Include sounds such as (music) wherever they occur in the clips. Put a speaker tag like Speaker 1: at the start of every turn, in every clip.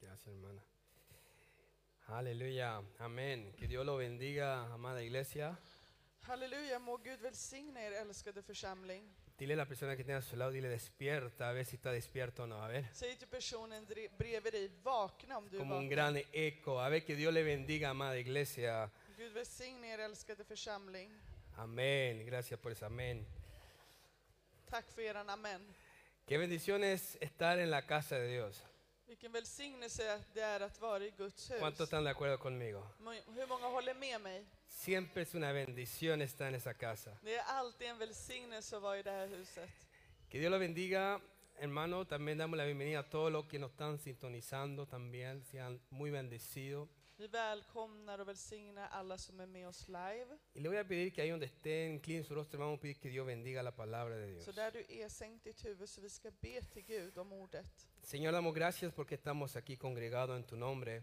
Speaker 1: Gracias, hermana. Aleluya, amén. Que Dios lo bendiga, amada iglesia.
Speaker 2: Halleluja, må Gud välsigna er älskade församling.
Speaker 1: Dile a la persona que tiene a su lado, dile despierta, a ver si está despierto o no, a ver.
Speaker 2: Säg till personen dre- bredvid dig, vakna om du är
Speaker 1: Como un
Speaker 2: vaken.
Speaker 1: gran eco, a ver que Dios le bendiga, amada iglesia.
Speaker 2: Gud välsigna er älskade församling.
Speaker 1: Amén, gracias por eso, amén.
Speaker 2: Tack för eran amen.
Speaker 1: Qué bendición es estar en la casa de Dios.
Speaker 2: Vilken välsignelse att det är att vara i Guds hus.
Speaker 1: ¿Cuántos están de acuerdo conmigo?
Speaker 2: Må- Hur många håller med mig?
Speaker 1: Siempre es una bendición estar en esa casa.
Speaker 2: Det är alltid en välsignelse att vara i det här huset.
Speaker 1: Que Dios lo bendiga, hermano. También damos la bienvenida a todos los que nos están sintonizando también. Sean muy bendecidos.
Speaker 2: Vi välkomnar och välsignar alla som är med oss live.
Speaker 1: Y le voy a pedir que ahí donde estén, inclinen su rostro, vamos a pedir que Dios bendiga la palabra de Dios.
Speaker 2: Så där du är, sänk ditt huvud så vi ska be till Gud om ordet.
Speaker 1: Señor, damos gracias porque estamos aquí congregados en tu nombre.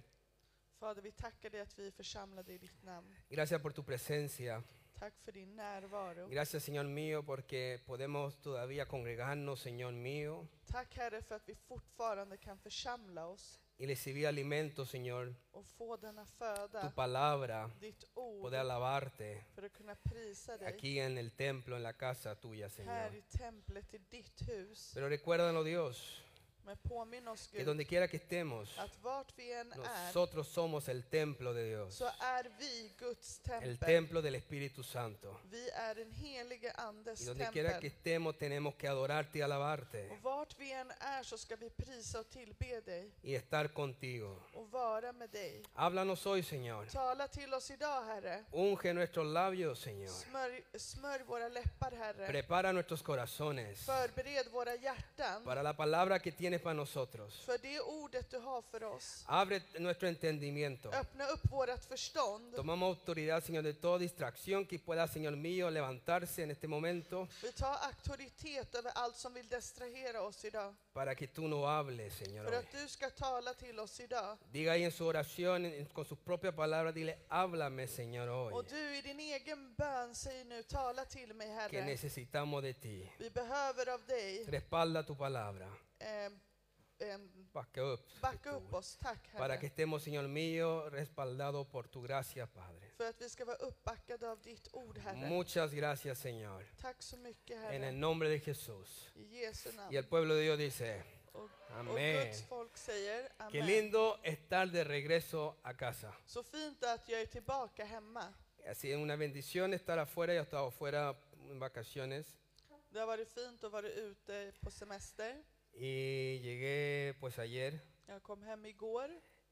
Speaker 2: Fader, vi tackar dig att vi är församlade i ditt namn.
Speaker 1: Gracias por tu presencia.
Speaker 2: Tack för din närvaro.
Speaker 1: Gracias, Señor mío, porque podemos todavía congregarnos, Señor mío,
Speaker 2: Tack Herre för att vi fortfarande kan församla oss
Speaker 1: y recibir alimento, Señor,
Speaker 2: och få denna
Speaker 1: tu
Speaker 2: föda,
Speaker 1: palabra,
Speaker 2: ditt ord,
Speaker 1: poder alabarte
Speaker 2: för att kunna prisa dig
Speaker 1: aquí en el templo, en la casa tuya,
Speaker 2: här i
Speaker 1: Señor.
Speaker 2: templet, i ditt hus.
Speaker 1: Pero recuérdanos, Dios,
Speaker 2: Men påminn oss
Speaker 1: que
Speaker 2: Gud,
Speaker 1: donde quiera que estemos,
Speaker 2: att vart vi än är,
Speaker 1: nosotros somos el templo de Dios,
Speaker 2: så är vi Guds
Speaker 1: el
Speaker 2: tempel.
Speaker 1: templo del Espíritu Santo.
Speaker 2: Vi är den helige
Speaker 1: Y
Speaker 2: Andes
Speaker 1: donde quiera que
Speaker 2: tempel.
Speaker 1: estemos tenemos que adorarte y alabarte
Speaker 2: Och vart vi än är så ska vi prisa och tillbe dig
Speaker 1: y estar contigo.
Speaker 2: och vara med dig.
Speaker 1: Háblanos hoy, Señor.
Speaker 2: Tala till oss idag Herre.
Speaker 1: Unge nuestros labios, Señor.
Speaker 2: Smörj, smörj våra läppar Herre.
Speaker 1: Prepara nuestros corazones
Speaker 2: Förbered våra hjärtan.
Speaker 1: para la palabra que tienes para nosotros.
Speaker 2: För det ordet du har för oss.
Speaker 1: Abre nuestro entendimiento.
Speaker 2: Öppna upp vårt förstånd.
Speaker 1: Tomamos autoridad, Señor, de toda distracción que pueda, Señor mío, levantarse en este momento
Speaker 2: Vi tar auktoritet över allt som vill distrahera oss idag.
Speaker 1: para que tú no hables, Señor.
Speaker 2: För
Speaker 1: hoy.
Speaker 2: att du ska tala till oss idag.
Speaker 1: Diga ahí en su oración, en- con sus propias palabras, dile, háblame, Señor, hoy,
Speaker 2: Och du i din egen bön säger nu, tala till mig
Speaker 1: que
Speaker 2: Herre.
Speaker 1: necesitamos de ti.
Speaker 2: Vi behöver av dig.
Speaker 1: Respalda tu palabra.
Speaker 2: Eh, eh,
Speaker 1: Backa upp.
Speaker 2: backa upp oss, tack
Speaker 1: Para que
Speaker 2: Herre.
Speaker 1: estemos, Señor mío, respaldados por tu gracia, Padre.
Speaker 2: För att vi ska vara uppbackade av ditt ord Herre.
Speaker 1: Muchas gracias, Señor.
Speaker 2: Tack så mycket
Speaker 1: En el
Speaker 2: Herre.
Speaker 1: nombre de Jesús.
Speaker 2: I Jesu
Speaker 1: Y
Speaker 2: namn.
Speaker 1: el pueblo de Dios dice,
Speaker 2: Och, och
Speaker 1: amén.
Speaker 2: Guds folk säger,
Speaker 1: Qué
Speaker 2: Amen.
Speaker 1: lindo estar de regreso a casa.
Speaker 2: Så fint att jag är tillbaka hemma.
Speaker 1: Ha sido una bendición estar afuera. Yo he estado afuera en vacaciones
Speaker 2: Det har varit fint att vara ute på semester.
Speaker 1: y llegué pues ayer.
Speaker 2: Jag kom hem igår.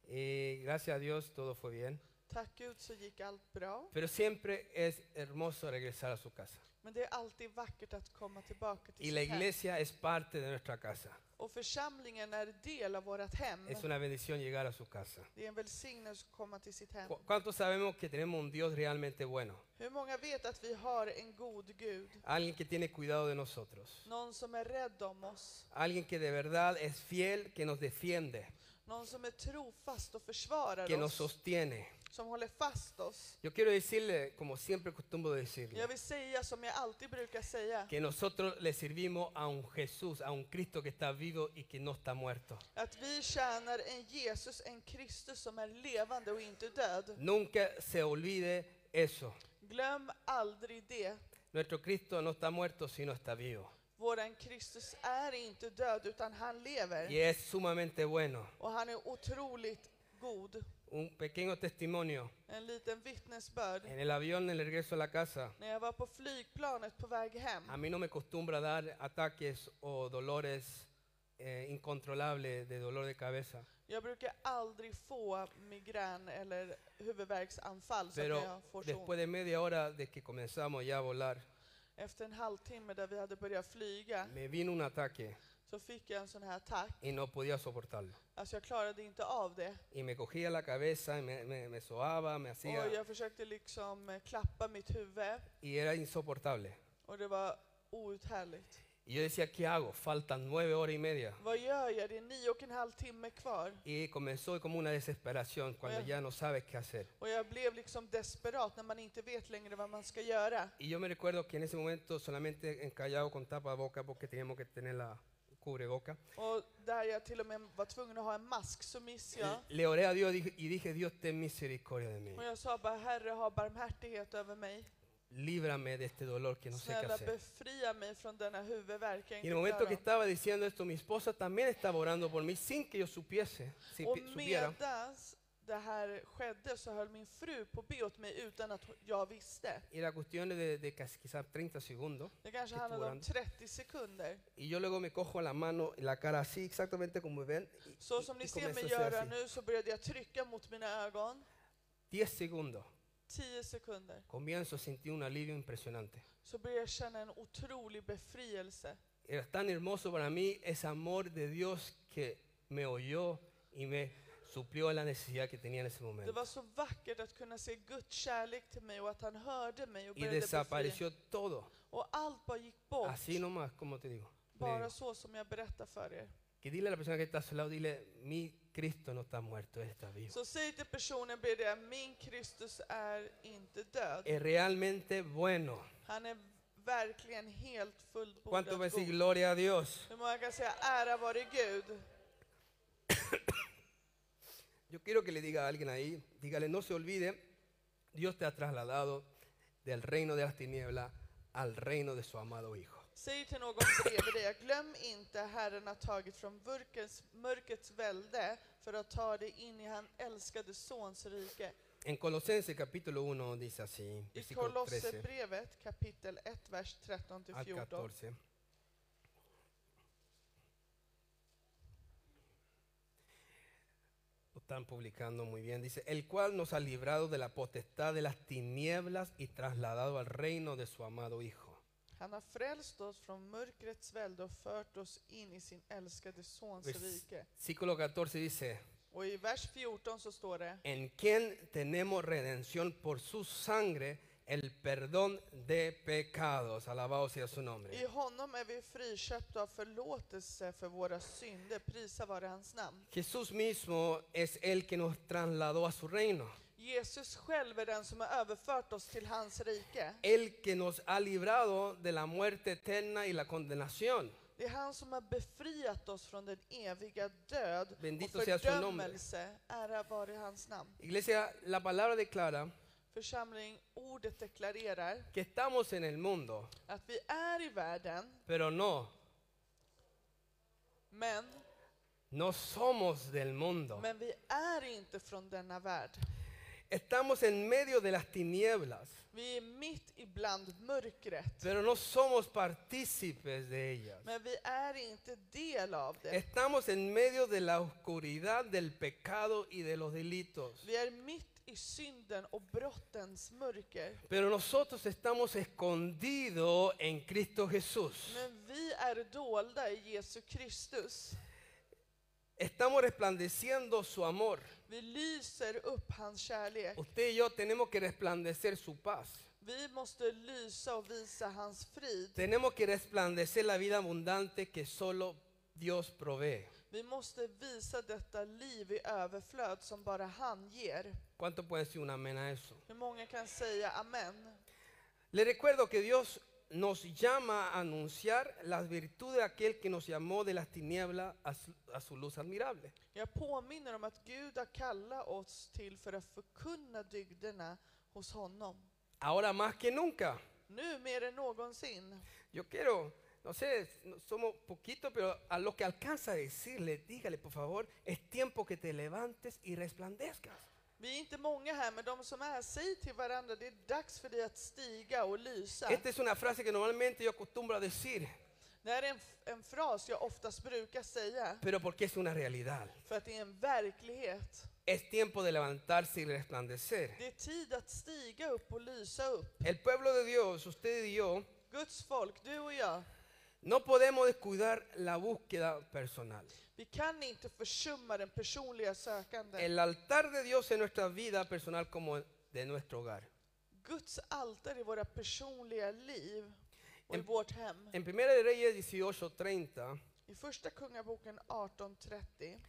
Speaker 1: Y gracias a Dios todo fue bien.
Speaker 2: Tack Gud så gick allt bra.
Speaker 1: Pero siempre es hermoso regresar a su casa.
Speaker 2: Men det är alltid vackert att komma tillbaka till
Speaker 1: Y la
Speaker 2: sitt hem.
Speaker 1: iglesia es parte de nuestra casa.
Speaker 2: Och församlingen är del av vårt hem.
Speaker 1: Es una bendición llegar a su casa.
Speaker 2: Det är en välsignelse att komma till sitt hem.
Speaker 1: ¿Cu- ¿Cuántos sabemos que tenemos un Dios realmente bueno?
Speaker 2: Hur många vet att vi har en god Gud?
Speaker 1: Alguien que tiene cuidado de nosotros.
Speaker 2: Någon som är rädd om oss.
Speaker 1: Alguien que de verdad es fiel, que nos defiende,
Speaker 2: Någon som är trofast och försvarar
Speaker 1: que nos
Speaker 2: oss.
Speaker 1: sostiene.
Speaker 2: Som håller fast oss.
Speaker 1: Yo quiero decirle, como siempre costumbro decirle,
Speaker 2: Jag vill säga som jag alltid brukar säga.
Speaker 1: que nosotros le servimos a un Jesús, a un Cristo que está vivo y que no está muerto.
Speaker 2: Att vi tjänar en Jesus, en Kristus som är levande och inte död.
Speaker 1: Nunca se olvide eso.
Speaker 2: Glöm aldrig det.
Speaker 1: Nuestro Cristo no está muerto, sino está vivo.
Speaker 2: Våran Kristus är inte död utan han
Speaker 1: Y
Speaker 2: lever.
Speaker 1: es sumamente bueno.
Speaker 2: Och han är otroligt god.
Speaker 1: Un pequeño testimonio.
Speaker 2: En liten vittnesbörd.
Speaker 1: En el avión, en el regreso a la casa,
Speaker 2: När jag var på flygplanet på väg hem.
Speaker 1: A mí no me acostumbra dar ataques o dolores eh, incontrolables de dolor de cabeza,
Speaker 2: Jag brukar aldrig få migrän eller huvudvärksanfall som
Speaker 1: pero
Speaker 2: jag får så ont.
Speaker 1: después de media hora de que comenzamos ya a volar,
Speaker 2: Efter en halvtimme där vi hade börjat flyga
Speaker 1: me vino un ataque
Speaker 2: så fick jag en sån här attack.
Speaker 1: y no podía soportarlo.
Speaker 2: Alltså jag klarade inte av det.
Speaker 1: Y me cogía la cabeza, y me, me, me sobaba, me hacía...
Speaker 2: Och jag försökte liksom eh, klappa mitt huvud
Speaker 1: Y era insoportable.
Speaker 2: och det var outhärdligt.
Speaker 1: Y yo decía, ¿qué hago? Faltan nueve horas y media.
Speaker 2: Vad gör jag? Det är nio och en halv timme kvar.
Speaker 1: Y comenzó como una desesperación cuando
Speaker 2: Bueno.
Speaker 1: ya no sabes qué hacer.
Speaker 2: Och jag blev liksom desperat när man inte vet längre vad man ska göra.
Speaker 1: Y yo me recuerdo que en ese momento solamente encallado con tapa boca porque teníamos que tener la cubreboca.
Speaker 2: Och där jag till och med var tvungen att ha en mask så missade jag.
Speaker 1: Le oré a Dios y dije- y dije, Dios, ten misericordia de mí.
Speaker 2: Och jag sa bara, Herre ha barmhärtighet över mig.
Speaker 1: Líbrame de este dolor que no sé qué
Speaker 2: Snälla
Speaker 1: hacer.
Speaker 2: befria mig från denna huvudvärk jag
Speaker 1: Y en el
Speaker 2: inte
Speaker 1: momento
Speaker 2: klarar
Speaker 1: que
Speaker 2: av.
Speaker 1: estaba diciendo esto, mi esposa también estaba orando por mí sin que yo supiese, si
Speaker 2: Och
Speaker 1: pi- supiera.
Speaker 2: medans det här skedde så höll min fru på att be åt mig utan att jag visste.
Speaker 1: Y la cuestión es de, de casi, quizás 30 segundos.
Speaker 2: Det kanske
Speaker 1: Ditt
Speaker 2: handlade om
Speaker 1: vårdande.
Speaker 2: 30 sekunder.
Speaker 1: Y yo luego me cojo la mano, la cara así, exactamente como ven. y-
Speaker 2: Så
Speaker 1: y-
Speaker 2: som
Speaker 1: y
Speaker 2: ni ser
Speaker 1: comienzo a
Speaker 2: mig
Speaker 1: hacer
Speaker 2: göra
Speaker 1: así.
Speaker 2: nu så började jag trycka mot mina ögon.
Speaker 1: 10 segundos.
Speaker 2: 10 sekunder.
Speaker 1: Comienzo a sentir un alivio impresionante.
Speaker 2: Så började jag känna en otrolig befrielse.
Speaker 1: Era tan hermoso para mí ese amor de Dios que me oyó y me suplió la necesidad que tenía en ese
Speaker 2: Det
Speaker 1: momento.
Speaker 2: var så vackert att kunna se Guds kärlek till mig och att han hörde mig och
Speaker 1: Y
Speaker 2: började befria.
Speaker 1: desapareció todo.
Speaker 2: Och allt bara gick bort.
Speaker 1: Así nomás, como te digo. Le digo.
Speaker 2: Bara så som jag berättar för er.
Speaker 1: Que dile a la persona que está a su lado, dile, mi Cristo no está muerto, Él está vivo.
Speaker 2: Så säg till personen bredvid dig, min Kristus är inte död.
Speaker 1: Es realmente bueno.
Speaker 2: Han är verkligen helt fullbordad
Speaker 1: ¿Cuánto
Speaker 2: god.
Speaker 1: me decir gloria a Dios?
Speaker 2: Hur många kan säga ära vare Gud?
Speaker 1: Yo quiero que le diga a alguien ahí, dígale, no se olvide, Dios te ha trasladado del reino de las tinieblas al reino de su amado Hijo.
Speaker 2: Säg till någon bredvid dig, glöm inte Herren har tagit från mörkets, mörkets välde för att ta dig in i han älskade Sons rike.
Speaker 1: En Colosenses capítulo 1 dice así,
Speaker 2: I
Speaker 1: versículo 13
Speaker 2: Kolosserbrevet kapitel 1, vers 13 till
Speaker 1: al
Speaker 2: 14.
Speaker 1: 14. Lo están publicando muy bien. Dice, el cual nos ha librado de la potestad de las tinieblas y trasladado al reino de su amado Hijo.
Speaker 2: Han har frälst oss från mörkrets välde och fört oss in i sin älskade Sons
Speaker 1: Vers-
Speaker 2: rike.
Speaker 1: Versículo 14 Pues, dice,
Speaker 2: Och i vers 14 så står det
Speaker 1: en quien tenemos redención por su sangre, el perdón de pecados. Alabado sea su
Speaker 2: I
Speaker 1: nombre.
Speaker 2: honom är vi friköpta av förlåtelse för våra synder, prisa vare hans namn.
Speaker 1: Jesús mismo es el que nos trasladó a su reino.
Speaker 2: Jesus själv är den som har överfört oss till hans rike.
Speaker 1: El que nos ha librado de la muerte eterna y la condenación.
Speaker 2: Det är han som har befriat oss från den eviga död
Speaker 1: Bendito
Speaker 2: och
Speaker 1: sea su nombre.
Speaker 2: fördömelse. Ära vare hans namn.
Speaker 1: Iglesia, la palabra declara
Speaker 2: Församling, ordet deklarerar
Speaker 1: que estamos en el mundo,
Speaker 2: att vi är i världen,
Speaker 1: pero no,
Speaker 2: men,
Speaker 1: no somos del mundo.
Speaker 2: men vi är inte från denna värld.
Speaker 1: Estamos en medio de las tinieblas,
Speaker 2: Vi är mitt ibland mörkret,
Speaker 1: pero no somos partícipes de ellas.
Speaker 2: men vi är inte del av det.
Speaker 1: Estamos en medio de la oscuridad del pecado y de los delitos.
Speaker 2: Vi är mitt i synden och brottens mörker.
Speaker 1: Pero nosotros estamos escondidos en Cristo Jesús.
Speaker 2: Men vi är dolda i Jesu Kristus.
Speaker 1: Estamos resplandeciendo su amor.
Speaker 2: Vi lyser upp hans kärlek.
Speaker 1: Usted y yo tenemos que resplandecer su paz.
Speaker 2: Vi måste lysa och visa hans frid.
Speaker 1: Tenemos que resplandecer la vida abundante que solo Dios provee.
Speaker 2: Vi måste visa detta liv i överflöd som bara han ger.
Speaker 1: ¿Cuánto puede decir un amén a eso?
Speaker 2: Hur många kan säga amen?
Speaker 1: Le recuerdo que Dios nos llama a anunciar las virtudes de aquel que nos llamó de las tinieblas a su, a su luz admirable.
Speaker 2: Jag påminner om att Gud har kallat oss till för att förkunna dygderna hos honom.
Speaker 1: Ahora más que nunca.
Speaker 2: Nu mer än någonsin.
Speaker 1: Yo quiero, no sé, no- somos poquitos, pero a lo que alcanza a decirle, dígale por favor, es tiempo que te levantes y resplandezcas.
Speaker 2: Vi är inte många här, men de som är, säg till varandra, det är dags för dig att stiga och lysa.
Speaker 1: Esta es una frase que normalmente yo acostumbro a decir,
Speaker 2: Det här är en, f- en fras jag oftast brukar säga,
Speaker 1: pero porque es una realidad.
Speaker 2: för att det är en verklighet.
Speaker 1: Es tiempo de levantarse y resplandecer.
Speaker 2: Det är tid att stiga upp och lysa upp.
Speaker 1: El pueblo de Dios, usted y yo,
Speaker 2: Guds folk, du och jag,
Speaker 1: no podemos descuidar la búsqueda personal.
Speaker 2: vi kan inte försumma den personliga sökanden.
Speaker 1: El altar de Dios en nuestra vida personal como de nuestro hogar.
Speaker 2: Guds altare i våra personliga liv och i
Speaker 1: En-
Speaker 2: vårt hem.
Speaker 1: En 1 de Reyes 18:30
Speaker 2: I Första Kungaboken 18.30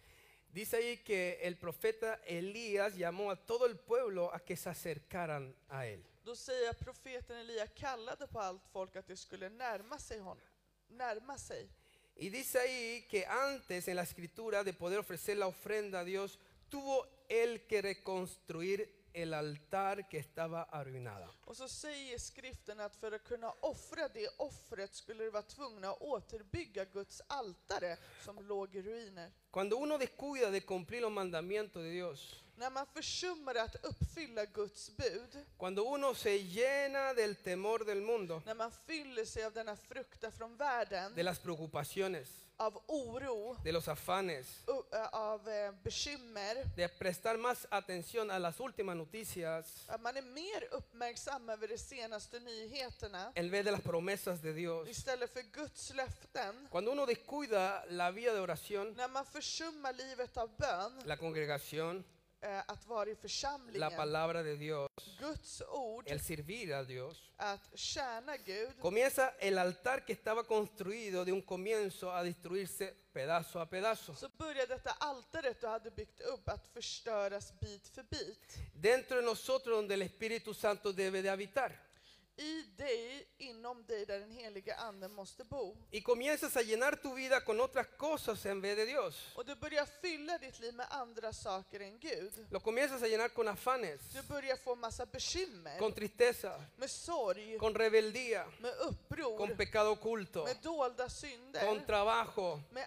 Speaker 1: dice ahí que el profeta Elías llamó a todo el pueblo a que se acercaran a él.
Speaker 2: Då säger jag, profeten Elia kallade på allt folk att de skulle närma sig honom. Närma sig.
Speaker 1: Y dice ahí que antes en la escritura de poder ofrecer la ofrenda a Dios, tuvo él que reconstruir el altar que estaba arruinada.
Speaker 2: Och så säger skriften att för att kunna offra det offret skulle de vara tvungna att återbygga Guds altare som låg i ruiner.
Speaker 1: Cuando uno descuida de cumplir los mandamientos de Dios,
Speaker 2: När man försummar att uppfylla Guds bud,
Speaker 1: cuando uno se llena del temor del mundo,
Speaker 2: när man fyller sig av denna fruktan från världen,
Speaker 1: de las preocupaciones,
Speaker 2: av oro,
Speaker 1: de los afanes,
Speaker 2: u- eh, av eh, bekymmer,
Speaker 1: de prestar más atención a las últimas noticias
Speaker 2: att man är mer uppmärksam över de senaste nyheterna
Speaker 1: en vez de las promesas de Dios.
Speaker 2: istället för Guds löften,
Speaker 1: Cuando uno descuida la vida de oración,
Speaker 2: när man försummar livet av bön,
Speaker 1: la congregación,
Speaker 2: eh, att vara i
Speaker 1: la
Speaker 2: församlingen,
Speaker 1: palabra de Dios,
Speaker 2: Guds ord,
Speaker 1: el servir a Dios.
Speaker 2: att tjäna Gud,
Speaker 1: Comienza el altar que estaba construido de un comienzo a destruirse pedazo a pedazo.
Speaker 2: så börjar detta altaret du hade byggt upp att förstöras bit för bit.
Speaker 1: Dentro de nosotros donde el Espíritu Santo debe de habitar.
Speaker 2: I dig, inom dig, där den helige anden måste bo.
Speaker 1: Y comienzas a llenar tu vida con otras cosas en vez de Dios.
Speaker 2: Och du börjar fylla ditt liv med andra saker än Gud.
Speaker 1: Lo comienzas a llenar con afanes,
Speaker 2: Du börjar få massa bekymmer,
Speaker 1: con tristeza,
Speaker 2: med sorg,
Speaker 1: con rebeldía,
Speaker 2: med
Speaker 1: con
Speaker 2: uppror,
Speaker 1: pecado oculto,
Speaker 2: med dolda
Speaker 1: con
Speaker 2: synder,
Speaker 1: trabajo,
Speaker 2: med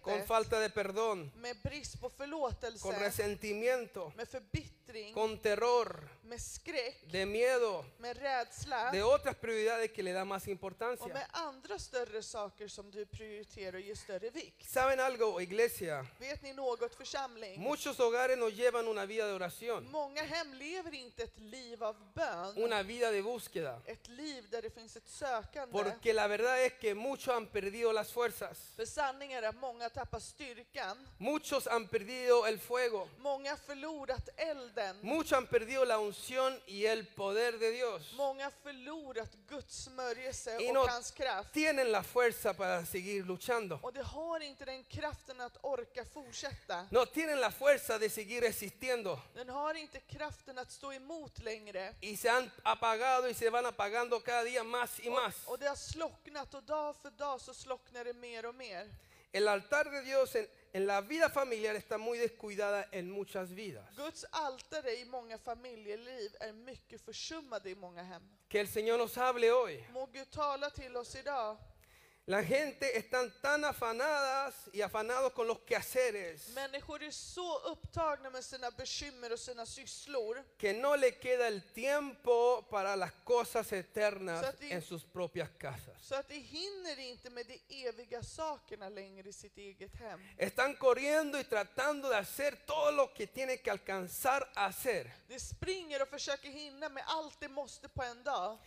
Speaker 1: con
Speaker 2: arbete,
Speaker 1: falta de perdón,
Speaker 2: med brist på
Speaker 1: con
Speaker 2: förlåtelse,
Speaker 1: resentimiento,
Speaker 2: med förbittring,
Speaker 1: con terror,
Speaker 2: med skräck,
Speaker 1: de miedo,
Speaker 2: med rädsla.
Speaker 1: de otras prioridades que le da más
Speaker 2: och
Speaker 1: importancia.
Speaker 2: med andra större saker som du prioriterar och ger större vikt.
Speaker 1: ¿Saben algo, iglesia?
Speaker 2: Vet ni något församling?
Speaker 1: Muchos hogares nos llevan una vida de oración,
Speaker 2: Många hem lever inte ett liv av bön,
Speaker 1: una vida de búsqueda,
Speaker 2: ett liv där det finns ett sökande.
Speaker 1: porque la verdad es que muchos han perdido las fuerzas,
Speaker 2: För sanningen är att många tappar styrkan,
Speaker 1: muchos han perdido el fuego,
Speaker 2: många har förlorat elden,
Speaker 1: muchos han perdido la unción y el poder de Dios.
Speaker 2: många har förlorat Guds smörjelse
Speaker 1: Inåt-
Speaker 2: och hans kraft.
Speaker 1: Tienen la fuerza para seguir luchando,
Speaker 2: Och de har inte den kraften att orka fortsätta.
Speaker 1: no tienen la fuerza de seguir existiendo
Speaker 2: Den har inte kraften att stå emot längre.
Speaker 1: y se han apagado y se van apagando cada día más y más.
Speaker 2: Och det har slocknat och dag för dag så slocknar det mer och mer.
Speaker 1: El altar de Dios en, en la vida familiar está muy descuidada en muchas vidas.
Speaker 2: Guds altare i många familjeliv är mycket försummade i många hem.
Speaker 1: Que el Señor nos hable hoy.
Speaker 2: Må Gud tala till oss idag.
Speaker 1: La gente están tan afanadas y afanados con los quehaceres
Speaker 2: Människor är så upptagna med sina bekymmer och sina sysslor
Speaker 1: que no le queda el tiempo para las cosas eternas
Speaker 2: Sati-
Speaker 1: en sus propias casas.
Speaker 2: så att de hinner inte med de eviga sakerna längre i sitt eget hem.
Speaker 1: Están corriendo y tratando de hacer todo lo que tienen que alcanzar a hacer.
Speaker 2: De springer och försöker hinna med allt de måste på en dag.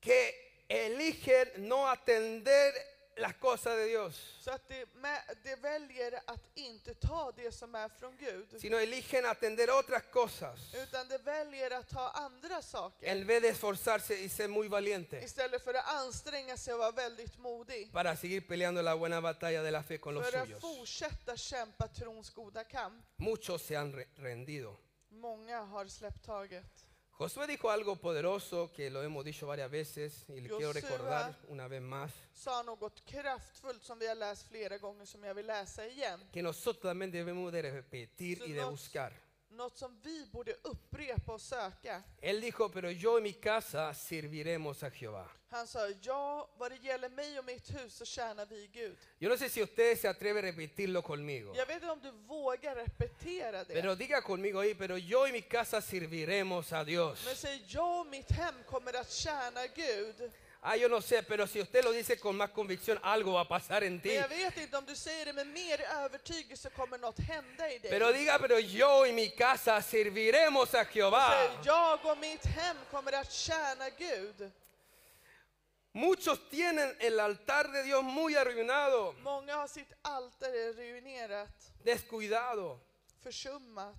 Speaker 1: Que eligen no atender las cosas de Dios,
Speaker 2: Så att de, mä- de väljer att inte ta det som är från Gud,
Speaker 1: sino eligen atender otras cosas.
Speaker 2: utan de väljer att ta andra saker.
Speaker 1: en vez de esforzarse y ser muy valiente
Speaker 2: Istället för att anstränga sig och vara väldigt modig.
Speaker 1: para seguir peleando la buena batalla de la fe con los
Speaker 2: För
Speaker 1: suyos.
Speaker 2: att fortsätta kämpa trons goda kamp.
Speaker 1: Muchos se han re- rendido.
Speaker 2: Många har släppt taget.
Speaker 1: Josué dijo algo poderoso que lo hemos dicho varias veces y le quiero
Speaker 2: Josué.
Speaker 1: recordar una vez más,
Speaker 2: Sa något kraftfullt som vi har läst flera gånger som jag vill läsa igen.
Speaker 1: que nosotros también debemos de repetir y de
Speaker 2: Nosotros.
Speaker 1: buscar.
Speaker 2: Något som vi borde upprepa och söka.
Speaker 1: Él dijo, pero yo y mi casa serviremos a Jehová.
Speaker 2: Han sa, ja, vad det gäller mig och mitt hus så tjänar vi Gud.
Speaker 1: Yo no sé si usted se atreve a repetirlo conmigo,
Speaker 2: Jag vet inte om du vågar repetera det.
Speaker 1: pero diga conmigo ahí, pero yo y mi casa serviremos a Dios.
Speaker 2: Men säg, jag och mitt hem kommer att tjäna Gud.
Speaker 1: Ah, yo no sé, pero si usted lo dice con más convicción, algo va a pasar en ti.
Speaker 2: Men jag vet inte om du säger det med mer övertygelse kommer något hända i dig.
Speaker 1: Pero diga, pero yo y mi casa serviremos a
Speaker 2: Säg,
Speaker 1: Jehová.
Speaker 2: jag och mitt hem kommer att tjäna Gud.
Speaker 1: Muchos tienen el altar de Dios muy arruinado,
Speaker 2: Många har sitt altare ruinerat,
Speaker 1: descuidado.
Speaker 2: försummat.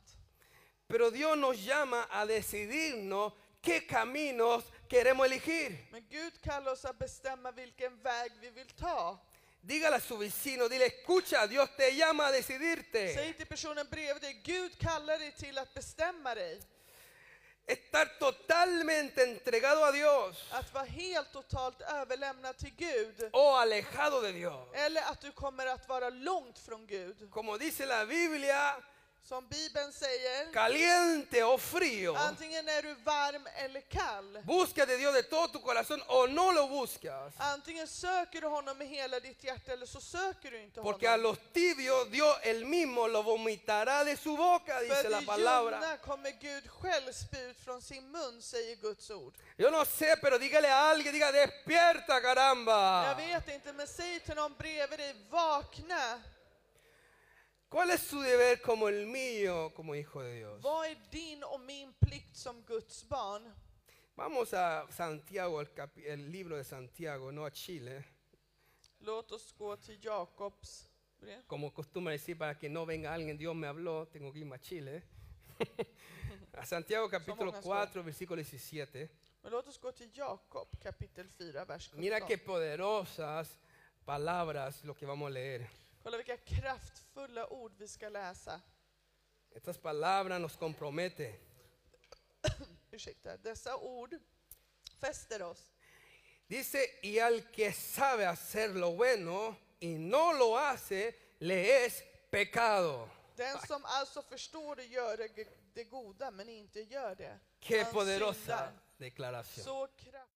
Speaker 1: Pero Dios nos llama a decidirnos qué caminos queremos elegir.
Speaker 2: Men Gud kallar oss att bestämma vilken väg vi vill ta.
Speaker 1: Dígale a su vecino, dile, escucha, Dios te llama a decidirte.
Speaker 2: Säg till personen bredvid dig, Gud kallar dig till att bestämma dig.
Speaker 1: estar totalmente entregado a Dios
Speaker 2: Att vara helt totalt överlämnad till Gud.
Speaker 1: o alejado de Dios.
Speaker 2: Eller att du kommer att vara långt från Gud.
Speaker 1: Como dice la Biblia,
Speaker 2: Som Bibeln säger,
Speaker 1: caliente o frío,
Speaker 2: antingen är du varm eller kall.
Speaker 1: busca de Dios de todo tu corazón o no lo buscas.
Speaker 2: Antingen söker du honom med hela ditt hjärta eller så söker du inte
Speaker 1: Porque a
Speaker 2: honom.
Speaker 1: los tibios Dios el mismo lo vomitará de su boca, dice
Speaker 2: För
Speaker 1: la
Speaker 2: de
Speaker 1: palabra.
Speaker 2: ljumna kommer Gud själv spy ut från sin mun, säger Guds ord.
Speaker 1: Yo no sé, pero dígale a alguien, diga, despierta
Speaker 2: Jag
Speaker 1: caramba.
Speaker 2: vet inte, men säg till någon bredvid dig, vakna!
Speaker 1: ¿Cuál es su deber como el mío, como hijo de Dios?
Speaker 2: Vad är din och min plikt som Guds barn?
Speaker 1: Vamos a Santiago, el, capi- el libro de Santiago, no a Chile,
Speaker 2: Låt oss gå till Jakobs brev.
Speaker 1: como costumbre decir para que no venga alguien, Dios me habló, tengo que irme a Chile. (laughs) a Santiago capítulo
Speaker 2: Somos una
Speaker 1: 4, versículo 17.
Speaker 2: Men låt oss gå till Jakob kapitel 4, vers 17.
Speaker 1: Mira qué poderosas palabras lo que vamos a leer.
Speaker 2: Kolla vilka kraftfulla ord vi ska läsa.
Speaker 1: Estas palabras nos comprometen.
Speaker 2: Ursäkta, dessa ord fäster oss.
Speaker 1: Dice, y al que sabe hacer lo bueno y no lo hace, le es pecado.
Speaker 2: Den som alltså förstår och gör det- det goda men inte gör det.
Speaker 1: Qué
Speaker 2: han
Speaker 1: poderosa
Speaker 2: syndar.
Speaker 1: declaración.
Speaker 2: Så kraft.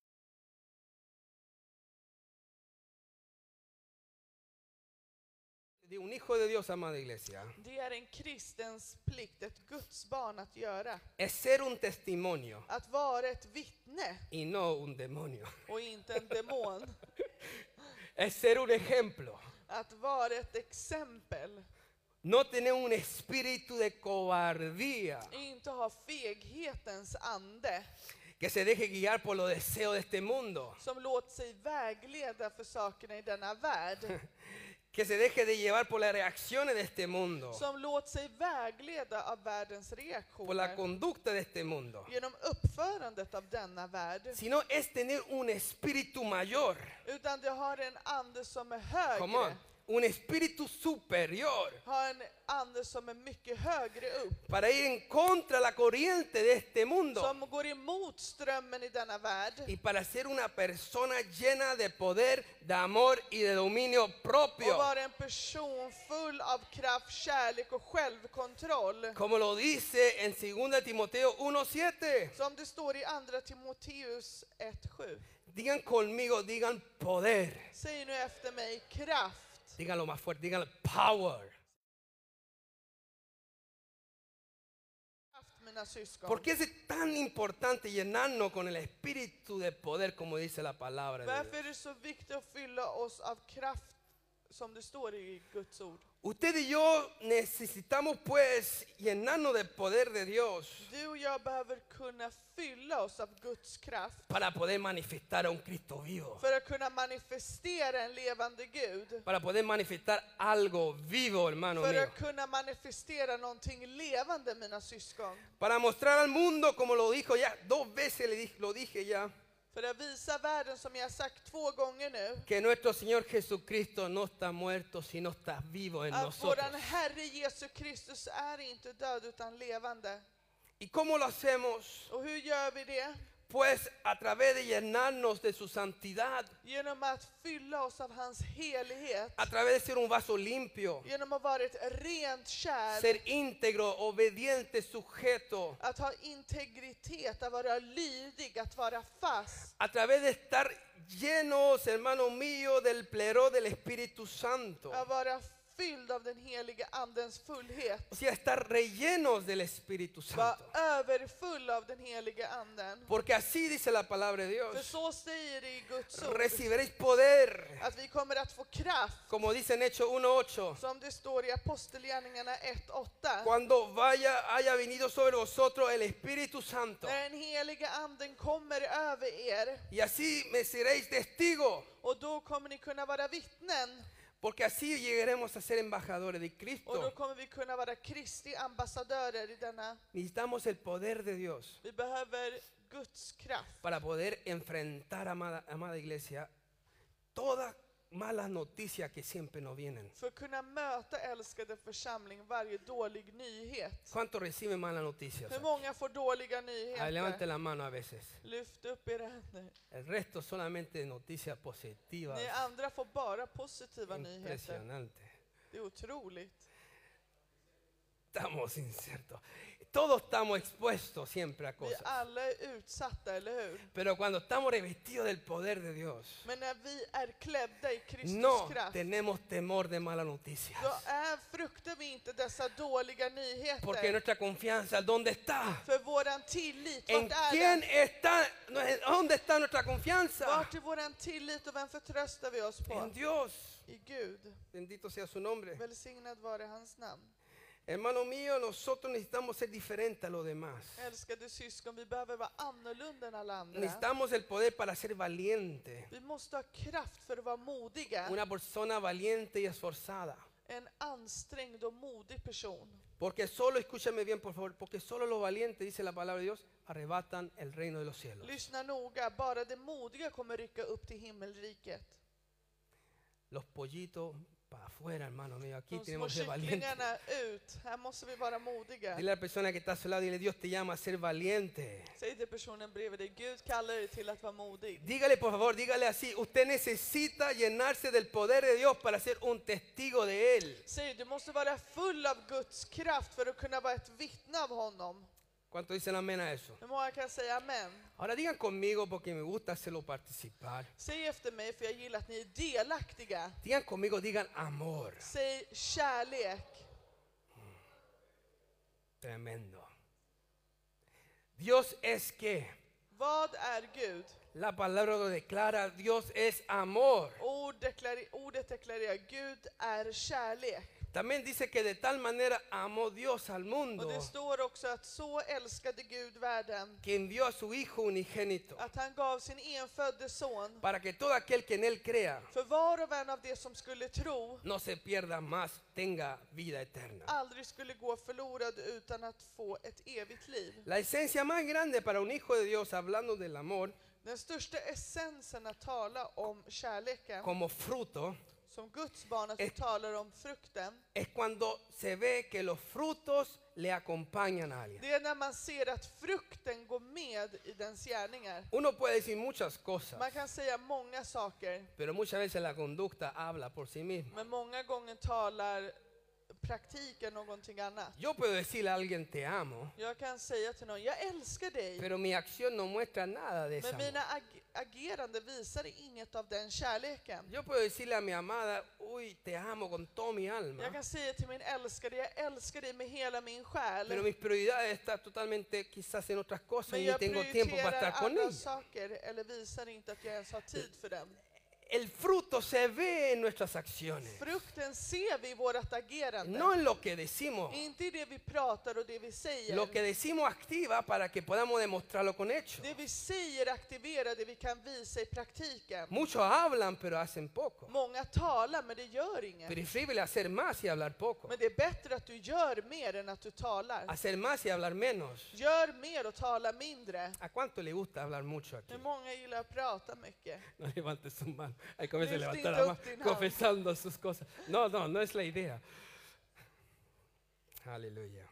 Speaker 1: De un hijo de Dios, amada iglesia,
Speaker 2: Det är en kristens plikt, ett Guds barn att göra.
Speaker 1: es ser un testimonio
Speaker 2: Att vara ett vittne
Speaker 1: y no un demonio. (laughs)
Speaker 2: och inte en demon.
Speaker 1: Es ser un ejemplo.
Speaker 2: Att vara ett exempel.
Speaker 1: No tener un espíritu de cobardía
Speaker 2: Inte ha feghetens ande
Speaker 1: que se deje guiar por los deseos de este mundo.
Speaker 2: som låter sig vägleda för sakerna i
Speaker 1: (laughs)
Speaker 2: denna värld.
Speaker 1: Que se deje de llevar por las reacciones de este mundo.
Speaker 2: Som låter sig vägleda av världens
Speaker 1: Por la
Speaker 2: reaktioner.
Speaker 1: conducta de este mundo.
Speaker 2: Genom uppförandet av denna värld.
Speaker 1: Sino es tener un espíritu mayor.
Speaker 2: Utan det har en ande som är
Speaker 1: Come
Speaker 2: högre.
Speaker 1: on. Un espíritu superior.
Speaker 2: Har en ande som är mycket högre upp.
Speaker 1: Para ir en contra la corriente de este mundo.
Speaker 2: Som går emot strömmen i denna värld.
Speaker 1: y para ser una persona llena de poder, de amor y de dominio propio.
Speaker 2: Och vara en person full av kraft, kärlek och självkontroll.
Speaker 1: Como lo dice en 2 Timoteo 1.7.
Speaker 2: Som det står i andra Timoteus 1.7.
Speaker 1: Digan conmigo, digan poder.
Speaker 2: Säg nu efter mig, kraft.
Speaker 1: Díganlo más fuerte, digan power.
Speaker 2: Kraft mina syskon.
Speaker 1: ¿Por qué es tan importante llenarnos con el espíritu de poder como dice la palabra? de
Speaker 2: Varför
Speaker 1: Dios?
Speaker 2: är det så viktigt att fylla oss av kraft som det står i Guds ord?
Speaker 1: Usted y yo necesitamos pues llenarnos del poder de Dios
Speaker 2: Du och jag behöver kunna fylla oss av Guds kraft
Speaker 1: para poder manifestar a un Cristo vivo.
Speaker 2: för att kunna manifestera en levande Gud.
Speaker 1: Para poder manifestar algo vivo, hermano
Speaker 2: För
Speaker 1: mío.
Speaker 2: att kunna manifestera någonting levande mina syskon.
Speaker 1: Para mostrar al mundo, como lo dijo ya, dos veces le di- lo dije ya,
Speaker 2: För att visa världen som jag har sagt två gånger nu.
Speaker 1: que nuestro Señor Jesucristo no está muerto, sino está vivo en
Speaker 2: Att
Speaker 1: nosotros.
Speaker 2: våran Herre Jesus Kristus är inte död utan levande.
Speaker 1: ¿Y cómo lo hacemos?
Speaker 2: Och hur gör vi det?
Speaker 1: Pues a través de llenarnos de su santidad,
Speaker 2: Genom att fylla oss av hans helighet.
Speaker 1: a través de ser un vaso limpio,
Speaker 2: Genom att vara ett rent kärl.
Speaker 1: ser íntegro, obediente, sujeto,
Speaker 2: Att ha integritet, att vara lydig, att vara fast.
Speaker 1: a través de estar llenos, hermano mío, del pleró del Espíritu Santo.
Speaker 2: Att vara fylld av den helige andens fullhet.
Speaker 1: O sea, estar rellenos del Espíritu
Speaker 2: Var
Speaker 1: Santo.
Speaker 2: överfull av den helige anden.
Speaker 1: Porque así dice la palabra de
Speaker 2: För
Speaker 1: Dios.
Speaker 2: så säger det i Guds ord.
Speaker 1: recibiréis poder,
Speaker 2: Att vi kommer att få kraft.
Speaker 1: como dice en Hechos 1.8,
Speaker 2: Som det står i Apostelgärningarna 1.8.
Speaker 1: cuando vaya, haya venido sobre vosotros el Espíritu Santo.
Speaker 2: När den heliga anden kommer över er.
Speaker 1: Y así me seréis testigo,
Speaker 2: Och då kommer ni kunna vara vittnen.
Speaker 1: porque así llegaremos a ser embajadores de
Speaker 2: Och då
Speaker 1: Cristo.
Speaker 2: kommer vi kunna vara Kristi ambassadörer i denna.
Speaker 1: Necesitamos el poder de Dios
Speaker 2: Vi behöver Guds kraft
Speaker 1: para poder enfrentar, amada, amada iglesia, toda malas noticias que siempre nos vienen.
Speaker 2: För att kunna möta älskade församling varje dålig nyhet.
Speaker 1: ¿Cuántos reciben malas noticias?
Speaker 2: Hur många får dåliga
Speaker 1: Ah, Levante
Speaker 2: nyheter?
Speaker 1: la mano a veces.
Speaker 2: Lyft upp era händer.
Speaker 1: El resto solamente noticias positivas.
Speaker 2: Ni andra får bara positiva nyheter.
Speaker 1: Impresionante.
Speaker 2: Det är otroligt.
Speaker 1: Estamos inciertos. Todos estamos expuestos siempre a
Speaker 2: Vi
Speaker 1: cosas.
Speaker 2: alla är utsatta, eller hur?
Speaker 1: Pero cuando estamos revestidos del poder de Dios,
Speaker 2: Men när vi är klädda i Kristus
Speaker 1: no
Speaker 2: kraft,
Speaker 1: tenemos temor de malas noticias.
Speaker 2: då är, fruktar vi inte dessa dåliga
Speaker 1: Porque
Speaker 2: nyheter.
Speaker 1: nuestra confianza, ¿dónde está?
Speaker 2: För våran tillit,
Speaker 1: ¿En
Speaker 2: vart är
Speaker 1: quién
Speaker 2: den?
Speaker 1: está? no, en- ¿Dónde está nuestra confianza?
Speaker 2: Vart är våran tillit och vem förtröstar vi oss på?
Speaker 1: En Dios.
Speaker 2: I Gud.
Speaker 1: Bendito sea su nombre.
Speaker 2: Välsignad vare hans namn.
Speaker 1: Hermano mío, nosotros necesitamos ser diferentes a los demás.
Speaker 2: Älskade syskon, vi behöver vara annorlunda än alla andra.
Speaker 1: Necesitamos el poder para ser valiente.
Speaker 2: Vi måste ha kraft för att vara modiga.
Speaker 1: Una persona valiente y esforzada.
Speaker 2: En ansträngd och modig person.
Speaker 1: Porque solo, escúchame bien por favor, porque solo los valientes, dice la palabra de Dios, arrebatan el reino de los cielos.
Speaker 2: Lyssna noga, bara de modiga kommer rycka upp till himmelriket.
Speaker 1: Los pollitos para afuera, hermano mío. Aquí
Speaker 2: De små
Speaker 1: tenemos que ser valientes.
Speaker 2: kycklingarna ut, här måste vi vara modiga.
Speaker 1: Dile a la persona que está a su lado, dile, Dios te llama a ser valiente.
Speaker 2: Säg till personen bredvid dig, Gud kallar dig till att vara modig.
Speaker 1: Dígale, por favor, dígale así. Usted necesita llenarse del poder de Dios para ser un testigo de Él.
Speaker 2: Säg, du måste vara full av Guds kraft för att kunna vara ett vittne av honom.
Speaker 1: ¿Cuánto dicen amén a eso?
Speaker 2: Hur många kan säga amen?
Speaker 1: Ahora digan conmigo porque me gusta hacerlo participar.
Speaker 2: Säg efter mig, för jag gillar att ni är delaktiga.
Speaker 1: Digan conmigo, digan amor.
Speaker 2: Säg kärlek.
Speaker 1: Tremendo. Dios es que,
Speaker 2: Vad är Gud?
Speaker 1: la palabra lo declara, Dios es amor.
Speaker 2: Ord deklare- ordet deklarerar Gud är kärlek.
Speaker 1: También dice que de tal manera amó Dios al
Speaker 2: Och
Speaker 1: mundo
Speaker 2: det står också att så älskade Gud världen
Speaker 1: que envió a su Hijo unigénito
Speaker 2: att han gav sin enfödde son
Speaker 1: para que todo aquel que en Él crea
Speaker 2: för var och en av de som skulle tro
Speaker 1: no se pierda más, tenga vida eterna.
Speaker 2: aldrig skulle gå förlorad utan att få ett evigt liv.
Speaker 1: La esencia más grande para un hijo de Dios, hablando del amor,
Speaker 2: Den största essensen att tala om kärleken,
Speaker 1: como fruto,
Speaker 2: som Guds barn att vi
Speaker 1: Ett-
Speaker 2: talar om frukten,
Speaker 1: es cuando se ve que los frutos le acompañan a alguien.
Speaker 2: Det är när man ser att frukten går med i dens gärningar.
Speaker 1: Uno puede decir muchas
Speaker 2: Man
Speaker 1: cosas,
Speaker 2: kan säga många saker,
Speaker 1: pero muchas veces la conducta habla por sí misma.
Speaker 2: men många gånger talar praktiken någonting annat.
Speaker 1: Yo puedo decirle a alguien te amo,
Speaker 2: Jag kan säga till någon, jag älskar dig,
Speaker 1: pero mi acción no muestra nada de ese
Speaker 2: men
Speaker 1: amor.
Speaker 2: mina ag- agerande visar inget av den kärleken.
Speaker 1: Yo puedo decirle a mi amada, uy, te amo con todo mi
Speaker 2: Jag
Speaker 1: alma,
Speaker 2: kan säga till min älskade, jag älskar dig med hela min
Speaker 1: pero
Speaker 2: själ,
Speaker 1: mis prioridades están totalmente quizás en otras cosas
Speaker 2: men
Speaker 1: y ni
Speaker 2: jag
Speaker 1: tengo tiempo para
Speaker 2: prioriterar
Speaker 1: estar con
Speaker 2: andra
Speaker 1: ella.
Speaker 2: saker eller visar inte att jag ens har tid för den.
Speaker 1: El fruto se ve en nuestras acciones,
Speaker 2: Frukten ser vi i vårt agerande.
Speaker 1: no en lo que decimos.
Speaker 2: Inte i det vi pratar och det vi säger.
Speaker 1: Lo que decimos activa para que podamos demostrarlo con hechos.
Speaker 2: Det vi säger aktiverar det vi kan visa i praktiken.
Speaker 1: Muchos hablan pero hacen poco.
Speaker 2: Många talar men det gör inget.
Speaker 1: Preferible hacer más y hablar poco.
Speaker 2: Men det är bättre att du gör mer än att du talar.
Speaker 1: Hacer más y hablar menos.
Speaker 2: Gör mer och tala mindre.
Speaker 1: ¿A cuánto le gusta hablar mucho aquí?
Speaker 2: Hur många gillar att prata mycket?
Speaker 1: (laughs) No levante su mano. Hay que comienza a
Speaker 2: Lift
Speaker 1: levantar
Speaker 2: it
Speaker 1: la
Speaker 2: up
Speaker 1: mano,
Speaker 2: in hand.
Speaker 1: confesando sus cosas. No, no, no es la idea. Aleluya.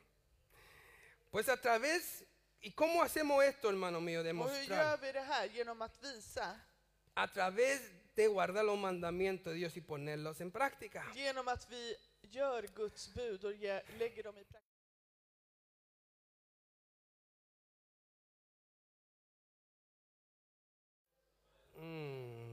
Speaker 1: Pues a través, ¿y cómo hacemos esto, hermano mío?
Speaker 2: Och hur gör
Speaker 1: Demostrar.
Speaker 2: vi det här? Genom att visa.
Speaker 1: A través de guardar los mandamientos de Dios y ponerlos en práctica.
Speaker 2: Genom att vi gör Guds bud och ge, lägger dem i praktiken.
Speaker 1: Mm.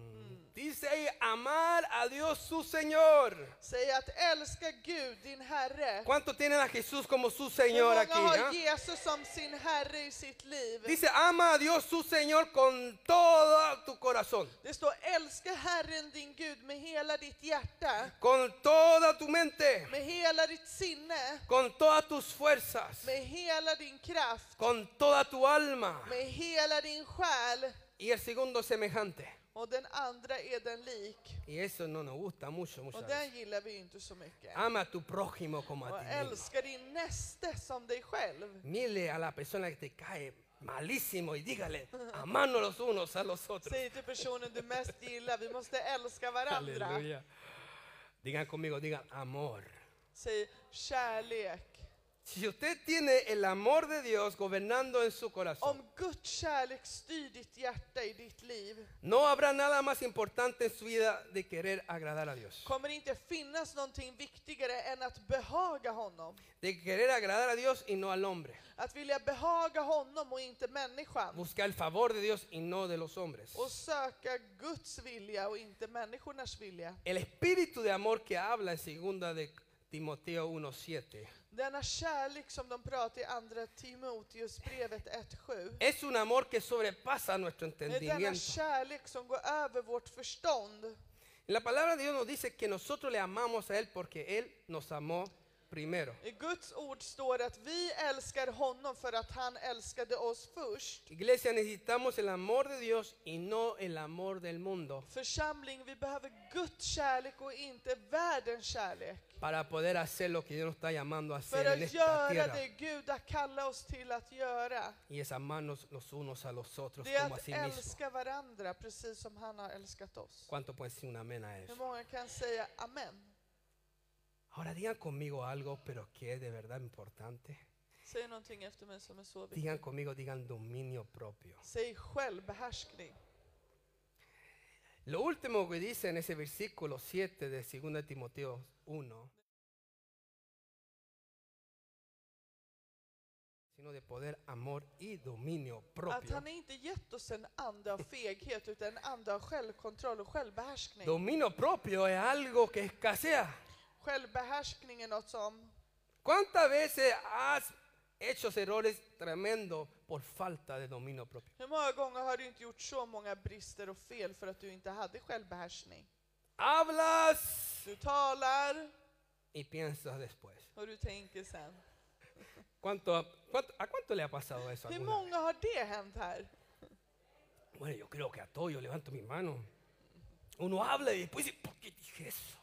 Speaker 1: Dice ahí, amar a Dios su Señor.
Speaker 2: Säg att älska Gud, din Herre.
Speaker 1: ¿Cuánto tienen a Jesús como su
Speaker 2: Hur
Speaker 1: Señor aquí?
Speaker 2: många har
Speaker 1: ah?
Speaker 2: Jesus som sin Herre i sitt liv?
Speaker 1: Dice, ama a Dios su Señor con todo tu corazón,
Speaker 2: Det står älska Herren din Gud med hela ditt hjärta,
Speaker 1: con toda tu mente,
Speaker 2: med hela ditt sinne,
Speaker 1: con todas tus fuerzas,
Speaker 2: med hela din kraft,
Speaker 1: con toda tu alma.
Speaker 2: med hela din själ.
Speaker 1: Y el segundo semejante.
Speaker 2: Och den andra är den lik.
Speaker 1: Y eso no nos gusta mucho,
Speaker 2: Och
Speaker 1: muchas
Speaker 2: den
Speaker 1: veces.
Speaker 2: gillar vi ju inte så mycket.
Speaker 1: Ama a tu prójimo como
Speaker 2: Och
Speaker 1: a ti mismo.
Speaker 2: älska din näste som dig själv.
Speaker 1: Mire a la persona que te cae malísimo y dígale, amarnos los unos a los otros.
Speaker 2: Säg till personen du mest gillar, vi måste älska varandra.
Speaker 1: Aleluya. Digan conmigo, digan amor.
Speaker 2: Säg kärlek.
Speaker 1: Si usted tiene el amor de Dios gobernando en su corazón,
Speaker 2: Om Guds kärlek styr ditt hjärta i ditt liv
Speaker 1: no habrá nada más importante en su vida de querer agradar a Dios.
Speaker 2: kommer det inte finnas någonting viktigare än att behaga honom.
Speaker 1: De querer agradar a Dios y no al hombre.
Speaker 2: Att vilja behaga honom och inte människan.
Speaker 1: Buscar el favor de Dios y no de los hombres.
Speaker 2: Och söka Guds vilja och inte människornas vilja.
Speaker 1: El espíritu de amor que habla en 2 de Timoteo 1.7
Speaker 2: Denna kärlek som de pratar i andra Timoteusbrevet 1.7.
Speaker 1: es un amor que sobrepasa nuestro
Speaker 2: Det är denna
Speaker 1: entendimiento.
Speaker 2: kärlek som går över vårt förstånd.
Speaker 1: La palabra de Dios nos dice que nosotros le amamos a Él porque Él nos amó primero.
Speaker 2: I Guds ord står det att vi älskar honom för att han älskade oss först.
Speaker 1: Iglesia, necesitamos el amor de Dios y no el amor del mundo
Speaker 2: Församling, vi behöver Guds kärlek och inte världens kärlek.
Speaker 1: para poder hacer lo que Dios nos está llamando a
Speaker 2: För
Speaker 1: hacer en
Speaker 2: att
Speaker 1: esta
Speaker 2: göra
Speaker 1: tierra.
Speaker 2: det Gud har kallat oss till att göra,
Speaker 1: Y es amarnos los unos a los otros
Speaker 2: det är
Speaker 1: como a
Speaker 2: att
Speaker 1: sí mismo.
Speaker 2: älska varandra precis som han har älskat oss.
Speaker 1: ¿Cuánto pueden decir un amén a
Speaker 2: Hur
Speaker 1: eso?
Speaker 2: många kan säga amen?
Speaker 1: Ahora digan conmigo algo, pero que es de verdad importante.
Speaker 2: Säg någonting efter mig som är så viktigt.
Speaker 1: Digan conmigo, digan dominio propio.
Speaker 2: Säg självbehärskning.
Speaker 1: Lo último que dice en ese versículo 7 de 2 de Timoteo 1, sino de poder, amor y dominio
Speaker 2: Att
Speaker 1: propio.
Speaker 2: han inte gett oss en ande av feghet utan en ande av självkontroll och självbehärskning.
Speaker 1: Dominio propio es algo que escasea.
Speaker 2: Självbehärskning är något som
Speaker 1: ¿Cuántas veces has hecho errores tremendos por falta de dominio propio?
Speaker 2: Hur många gånger har du inte gjort så många brister och fel för att du inte hade självbehärskning?
Speaker 1: Hablas
Speaker 2: Du talar
Speaker 1: y piensas después.
Speaker 2: och du tänker sen.
Speaker 1: ¿Cuánto, cuánto- a cuánto le ha pasado eso?
Speaker 2: Hur
Speaker 1: alguna vez?
Speaker 2: många har det hänt här?
Speaker 1: Bueno, yo creo que a todos yo levanto mi mano. Uno habla y después dice, ¿por qué dije eso?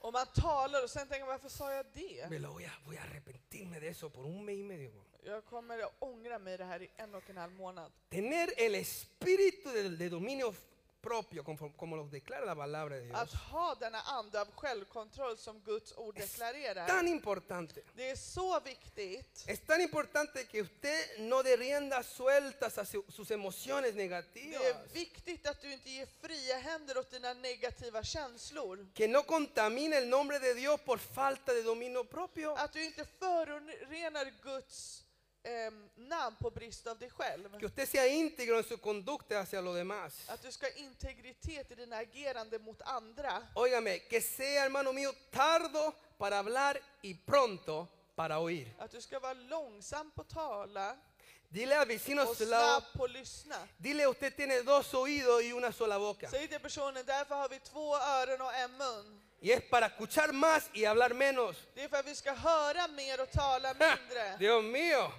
Speaker 2: Och man talar och sen tänker man, varför sa jag
Speaker 1: Me
Speaker 2: det?
Speaker 1: lo voy a, voy a arrepentirme de eso por un mes y medio.
Speaker 2: Jag kommer att ångra mig det här i en och en halv månad.
Speaker 1: Tener el espíritu de, de dominio propio, conform- como lo declara la palabra de
Speaker 2: Att
Speaker 1: Dios,
Speaker 2: ha denna ande av självkontroll som Guds ord deklarerar,
Speaker 1: tan importante.
Speaker 2: det är så viktigt.
Speaker 1: Es tan importante que usted no dé riendas sueltas a su- sus emociones
Speaker 2: Det är
Speaker 1: negativas,
Speaker 2: viktigt att du inte ger fria händer åt dina negativa känslor.
Speaker 1: que no contamine el nombre de Dios por falta de dominio propio.
Speaker 2: Att du inte förorenar Guds ehm, namn på brist av dig själv.
Speaker 1: Que usted sea íntegro en su conducta hacia los demás.
Speaker 2: Att du ska ha integritet i dina agerande mot andra.
Speaker 1: Óigame, que sea, hermano mío, tardo para hablar y pronto para oír.
Speaker 2: Att du ska vara långsam på att tala
Speaker 1: Dile al vecino a
Speaker 2: och
Speaker 1: su lado,
Speaker 2: snabb på att lyssna.
Speaker 1: dile usted tiene dos oídos y una sola boca.
Speaker 2: Säg till personen, därför har vi två öron och en mun.
Speaker 1: Y es para escuchar más y hablar menos. (laughs)
Speaker 2: Det är för att vi ska höra mer och tala
Speaker 1: ¡Ja!
Speaker 2: mindre.
Speaker 1: Dios mío,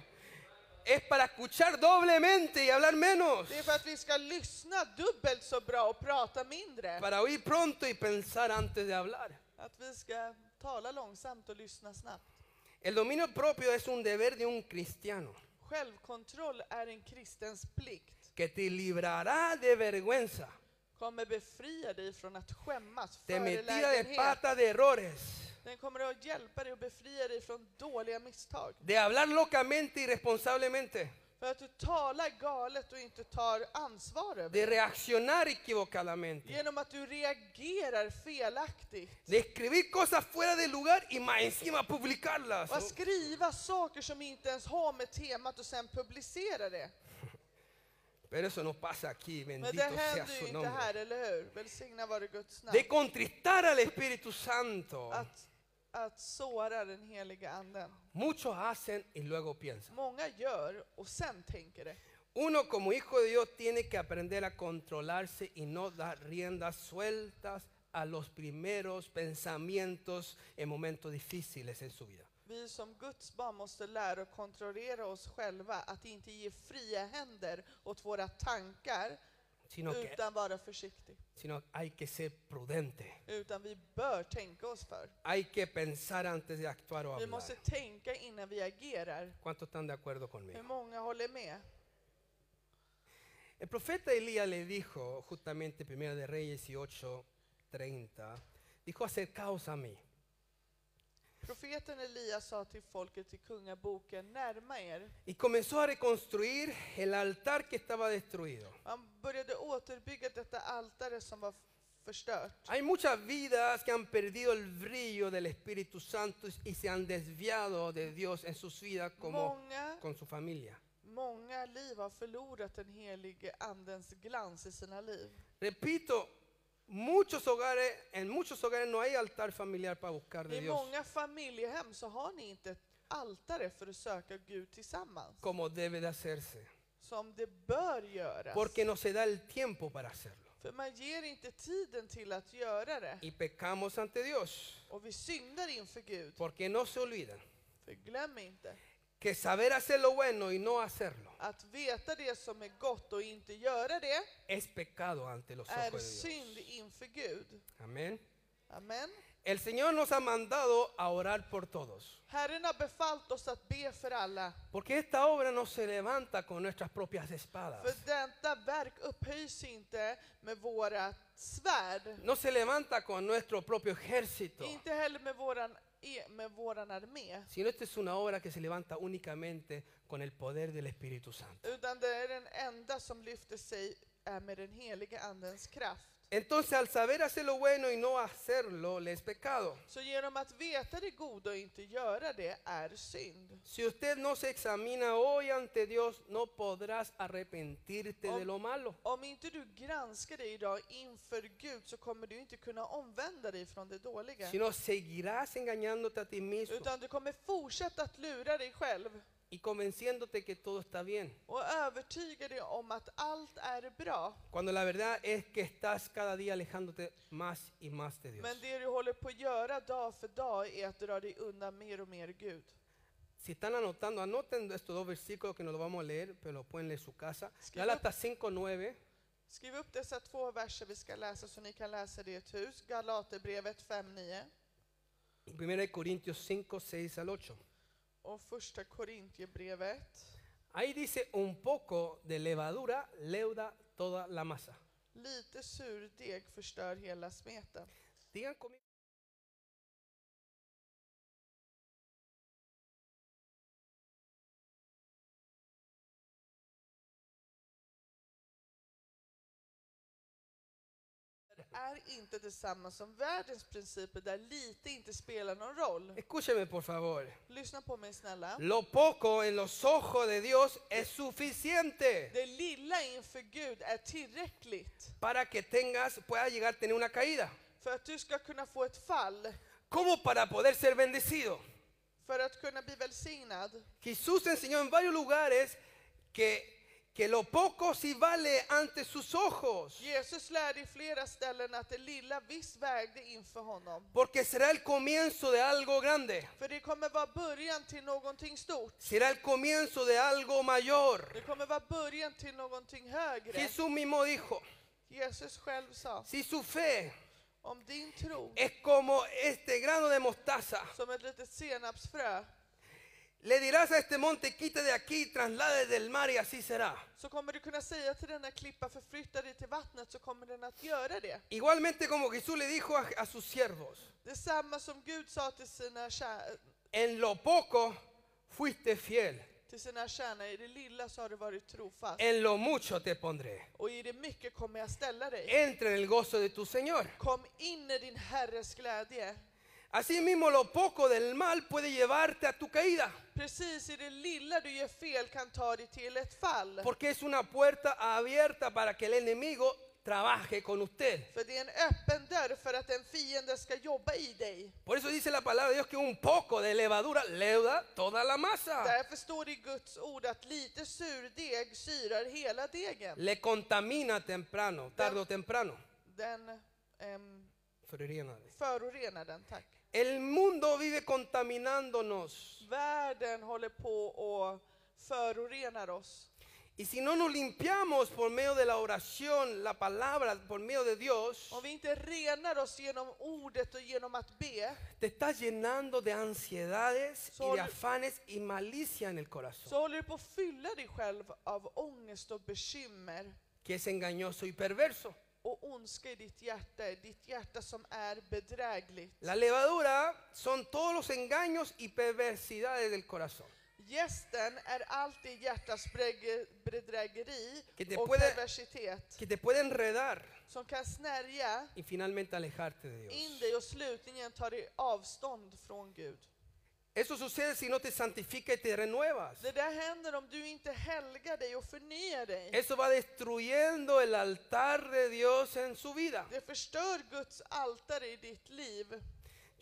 Speaker 1: es para escuchar doblemente y hablar menos.
Speaker 2: Det är för att vi ska lyssna dubbelt så bra och prata mindre.
Speaker 1: Para oír pronto y pensar antes de hablar.
Speaker 2: Att vi ska tala långsamt och lyssna snabbt.
Speaker 1: El dominio propio es un deber de un cristiano
Speaker 2: Självkontroll är en kristens plikt.
Speaker 1: que te librará de vergüenza.
Speaker 2: kommer befria dig från att skämmas
Speaker 1: Te
Speaker 2: för
Speaker 1: metida de
Speaker 2: lägenhet.
Speaker 1: pata de errores,
Speaker 2: Den kommer att hjälpa dig och befria dig från dåliga misstag.
Speaker 1: de hablar locamente y responsablemente,
Speaker 2: För att du talar galet och inte tar ansvar över
Speaker 1: de
Speaker 2: det.
Speaker 1: reaccionar equivocadamente,
Speaker 2: Genom att du reagerar felaktigt.
Speaker 1: de escribir cosas fuera de lugar y más encima publicarlas.
Speaker 2: Och att skriva saker som inte ens har med temat och sen publicera det.
Speaker 1: Pero eso no pasa aquí,
Speaker 2: Men det
Speaker 1: bendito sea
Speaker 2: händer ju
Speaker 1: su
Speaker 2: inte här,
Speaker 1: nombre.
Speaker 2: eller hur? Välsigna vare Guds namn.
Speaker 1: De contristar al Espíritu Santo.
Speaker 2: Att, att såra den heliga anden.
Speaker 1: Muchos hacen y luego piensan.
Speaker 2: Många gör och sen tänker det.
Speaker 1: Uno como hijo de Dios tiene que aprender a controlarse y no dar riendas sueltas a los primeros pensamientos en momentos difíciles en su vida.
Speaker 2: Vi som Guds barn måste lära och kontrollera oss själva, att inte ge fria händer åt våra tankar,
Speaker 1: sino que,
Speaker 2: utan vara försiktig.
Speaker 1: sino hay que ser prudente.
Speaker 2: Utan vi bör tänka oss för.
Speaker 1: Hay que pensar antes de actuar o
Speaker 2: Vi
Speaker 1: hablar.
Speaker 2: måste tänka innan vi agerar.
Speaker 1: ¿Cuántos están de acuerdo
Speaker 2: Hur
Speaker 1: conmigo?
Speaker 2: många håller med?
Speaker 1: El profeta Elías le dijo, justamente 1 de Reyes 18:30, dijo acercaos a mí.
Speaker 2: Profeten Elias sa till folket i kungaboken, närma er.
Speaker 1: Y comenzó a reconstruir el altar que estaba destruido.
Speaker 2: Man började återbygga detta altare som var f- förstört.
Speaker 1: Hay muchas vidas que han perdido el brillo del Espíritu Santo y se han desviado de Dios en sus vidas como
Speaker 2: Många,
Speaker 1: con su familia.
Speaker 2: många liv har förlorat den helige andens glans i sina liv.
Speaker 1: Repito, muchos hogares, en muchos hogares no hay altar familiar para buscar de
Speaker 2: I
Speaker 1: Dios
Speaker 2: många familjehem så har ni inte ett altare för att söka Gud tillsammans,
Speaker 1: como debe de hacerse,
Speaker 2: som det bör göras.
Speaker 1: porque no se da el tiempo para hacerlo.
Speaker 2: För man ger inte tiden till att göra det.
Speaker 1: Y pecamos ante Dios,
Speaker 2: Och vi syndar inför Gud,
Speaker 1: porque no se olvidan
Speaker 2: för glöm inte
Speaker 1: que saber hacer lo bueno y no hacerlo
Speaker 2: att veta det som är gott och inte göra det
Speaker 1: es pecado ante los
Speaker 2: är
Speaker 1: ojos de Dios.
Speaker 2: synd inför Gud.
Speaker 1: Amén.
Speaker 2: Amen.
Speaker 1: El Señor nos ha mandado a orar por todos.
Speaker 2: Herren har befallt oss att be för alla,
Speaker 1: Porque esta obra no se levanta con nuestras propias espadas.
Speaker 2: för detta verk upphöjs inte med våra svärd,
Speaker 1: No se levanta con nuestro propio ejército.
Speaker 2: inte heller med våran, e- med våran armé,
Speaker 1: Sino esta es una obra que se levanta únicamente con el poder del Espíritu Santo.
Speaker 2: utan det är den enda som lyfter sig är med den helige Andens kraft.
Speaker 1: Entonces al saber hacer lo bueno y no hacerlo, le es pecado.
Speaker 2: Så genom att veta det goda och inte göra det är synd.
Speaker 1: Si usted no se examina hoy ante Dios, no podrás arrepentirte de lo malo.
Speaker 2: Om inte du granskar dig idag inför Gud så kommer du inte kunna omvända dig från det dåliga.
Speaker 1: Sino seguirás engañándote a ti mismo
Speaker 2: Utan du kommer fortsätta att lura dig själv
Speaker 1: y convenciéndote que todo está bien.
Speaker 2: och övertyga dig om att allt är bra.
Speaker 1: Cuando la verdad es que estás cada día alejándote más y más de Dios.
Speaker 2: Men det du håller på att göra dag för dag är att dra dig undan mer och mer Gud.
Speaker 1: Si están anotando, anoten estos dos versículos que no los vamos a leer, pero los pueden leer en su casa.
Speaker 2: Es que
Speaker 1: Gálatas 5.9
Speaker 2: Skriv upp dessa två verser vi ska läsa så ni kan läsa det i ert hus. Galaterbrevet 5.9
Speaker 1: y 1 Corintios 5, 6 al 8.
Speaker 2: och första Korintierbrevet.
Speaker 1: Ahí dice un poco de levadura leuda toda la masa.
Speaker 2: Lite surdeg förstör hela smeten.
Speaker 1: Digan conmigo.
Speaker 2: är inte detsamma som världens principer där lite inte spelar någon roll.
Speaker 1: Escúcheme por favor.
Speaker 2: Lyssna på mig snälla.
Speaker 1: Lo poco en los ojos de Dios es suficiente
Speaker 2: Det lilla inför Gud är tillräckligt
Speaker 1: para que tengas, pueda llegar a tener una caída.
Speaker 2: för att du ska kunna få ett fall,
Speaker 1: Como para poder ser bendecido.
Speaker 2: för att kunna bli välsignad.
Speaker 1: Jesús enseñó en varios lugares que, que lo poco sí vale ante sus ojos,
Speaker 2: Jesus lärde i flera ställen att det lilla visst vägde inför honom.
Speaker 1: porque será el comienzo de algo grande,
Speaker 2: För det kommer vara början till någonting stort.
Speaker 1: será el comienzo de algo mayor.
Speaker 2: Det kommer vara början till någonting högre.
Speaker 1: Jesús mismo dijo,
Speaker 2: Jesus själv sa,
Speaker 1: si su fe
Speaker 2: om din tro
Speaker 1: es como este grano de mostaza,
Speaker 2: som ett litet senapsfrö
Speaker 1: le dirás a este monte, quita de aquí, traslade del mar y así será.
Speaker 2: så kommer du kunna säga till denna klippa förflytta dig till vattnet så kommer den att göra det.
Speaker 1: Igualmente como Jesús le dijo a, a sus siervos,
Speaker 2: Detsamma som Gud sa till sina, kär,
Speaker 1: en lo poco fuiste fiel,
Speaker 2: till sina kärnor, i det lilla så har du varit trofast
Speaker 1: en lo mucho te pondré.
Speaker 2: och i det mycket kommer jag ställa dig.
Speaker 1: entra en el gozo de tu Señor.
Speaker 2: Kom in i din Herres glädje.
Speaker 1: Asimismo, lo poco del mal puede llevarte a tu caída,
Speaker 2: Precis i det lilla du gör fel kan ta dig till ett fall.
Speaker 1: porque es una puerta abierta para que el enemigo trabaje con usted.
Speaker 2: För det är en öppen dörr för att en fiende ska jobba i dig.
Speaker 1: Por eso dice la palabra de Dios que un poco de levadura leuda toda la masa,
Speaker 2: Därför står det i Guds ord att lite surdeg syrar hela degen.
Speaker 1: le contamina temprano, tarde o temprano.
Speaker 2: Den ehm, förorenar den, tack.
Speaker 1: El mundo vive contaminándonos
Speaker 2: Världen håller på och förorenar oss.
Speaker 1: y si no nos limpiamos por medio de la oración, la palabra, por medio de Dios,
Speaker 2: Om vi inte renar oss genom ordet och genom att be
Speaker 1: Te estás llenando de ansiedades y de
Speaker 2: Solo-
Speaker 1: afanes y malicia en el corazón.
Speaker 2: så håller du på att fylla dig själv av ångest och bekymmer.
Speaker 1: que es engañoso y perverso.
Speaker 2: och ondska i ditt hjärta, ditt hjärta som är bedrägligt.
Speaker 1: La levadura son todos los engaños y perversidades del corazón.
Speaker 2: Gästen är alltid hjärtats bräge- bedrägeri
Speaker 1: Que te
Speaker 2: och
Speaker 1: puede-
Speaker 2: perversitet
Speaker 1: que te puede enredar
Speaker 2: som kan snärja
Speaker 1: y finalmente alejarte de
Speaker 2: in
Speaker 1: Dios.
Speaker 2: dig och slutligen tar dig avstånd från Gud.
Speaker 1: Eso sucede si no te santifica y te renuevas.
Speaker 2: Det där händer om du inte helgar dig och förnyar dig.
Speaker 1: Eso va destruyendo el altar de Dios en su vida.
Speaker 2: Det förstör Guds altare i ditt liv.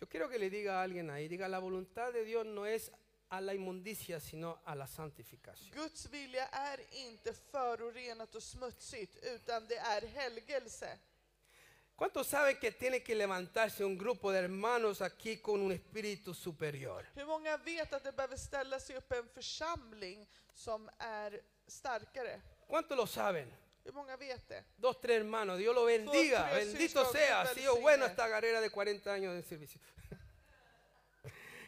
Speaker 1: Yo quiero que le diga a alguien ahí, diga, la voluntad de Dios no es a la inmundicia, sino a la santificación.
Speaker 2: Guds vilja är inte förorenat och smutsigt, utan det är helgelse.
Speaker 1: ¿Cuántos saben que tiene que levantarse un grupo de hermanos aquí con un espíritu superior?
Speaker 2: Hur många vet att det behöver ställa sig upp en församling som är starkare?
Speaker 1: ¿Cuántos lo saben?
Speaker 2: Hur många vet det?
Speaker 1: Dos, tres hermanos, Dios lo bendiga,
Speaker 2: tres
Speaker 1: bendito
Speaker 2: hijos,
Speaker 1: sea, ha
Speaker 2: Dios
Speaker 1: sido
Speaker 2: bendiga.
Speaker 1: buena esta carrera de 40 años de servicio. (laughs)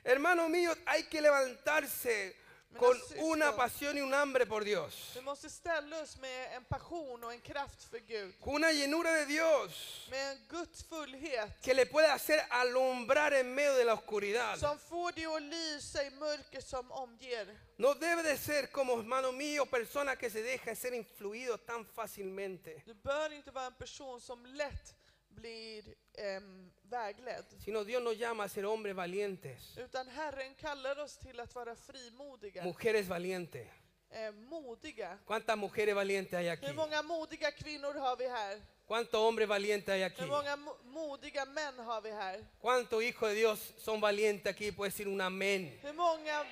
Speaker 1: Hermanos míos, hay que levantarse
Speaker 2: Mira,
Speaker 1: con
Speaker 2: sí,
Speaker 1: una
Speaker 2: sí.
Speaker 1: pasión y un hambre por Dios,
Speaker 2: Vi måste ställa oss med en passion och en kraft för Gud.
Speaker 1: con una llenura de Dios
Speaker 2: Med en Guds fullhet
Speaker 1: que le pueda hacer alumbrar en medio de la oscuridad.
Speaker 2: som får dig att lysa i mörker som omger.
Speaker 1: No debe de ser como hermano mío, persona que se deja ser influido tan fácilmente,
Speaker 2: Du bör inte vara en person som lätt blir ehm, vägledd.
Speaker 1: sino Dios nos llama a ser hombres valientes,
Speaker 2: Utan Herren kallar oss till att vara frimodiga,
Speaker 1: mujeres valientes.
Speaker 2: eh, modiga.
Speaker 1: ¿Cuántas mujeres valientes hay aquí?
Speaker 2: Hur många modiga kvinnor har vi här?
Speaker 1: ¿Cuántos hombres valientes hay aquí?
Speaker 2: Hur många mo- modiga män har vi här?
Speaker 1: ¿Cuántos hijos de Dios son valientes aquí? Puede decir un amén.
Speaker 2: Hur många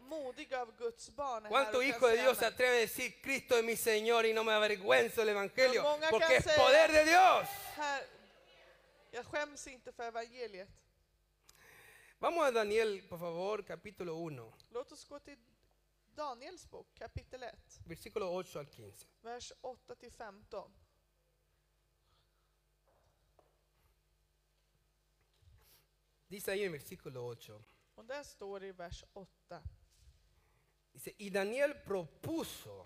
Speaker 2: modiga av Guds barn är här
Speaker 1: ¿Cuántos
Speaker 2: och kan
Speaker 1: hijos de
Speaker 2: säga
Speaker 1: Dios se
Speaker 2: amen?
Speaker 1: atreven a decir, Cristo es mi Señor y no me avergüenzo del Evangelio?
Speaker 2: Hur många
Speaker 1: Porque
Speaker 2: kan
Speaker 1: es
Speaker 2: säga-
Speaker 1: poder de Dios.
Speaker 2: här? Jag skäms inte för evangeliet.
Speaker 1: Vamos a Daniel, por favor, capítulo 1,
Speaker 2: Låt oss gå till Daniels bok kapitel 1,
Speaker 1: versículo 8 al 15.
Speaker 2: vers 8 till 15.
Speaker 1: Dice ahí en el versículo 8.
Speaker 2: Och där står det i vers 8.
Speaker 1: Dice, y Daniel propuso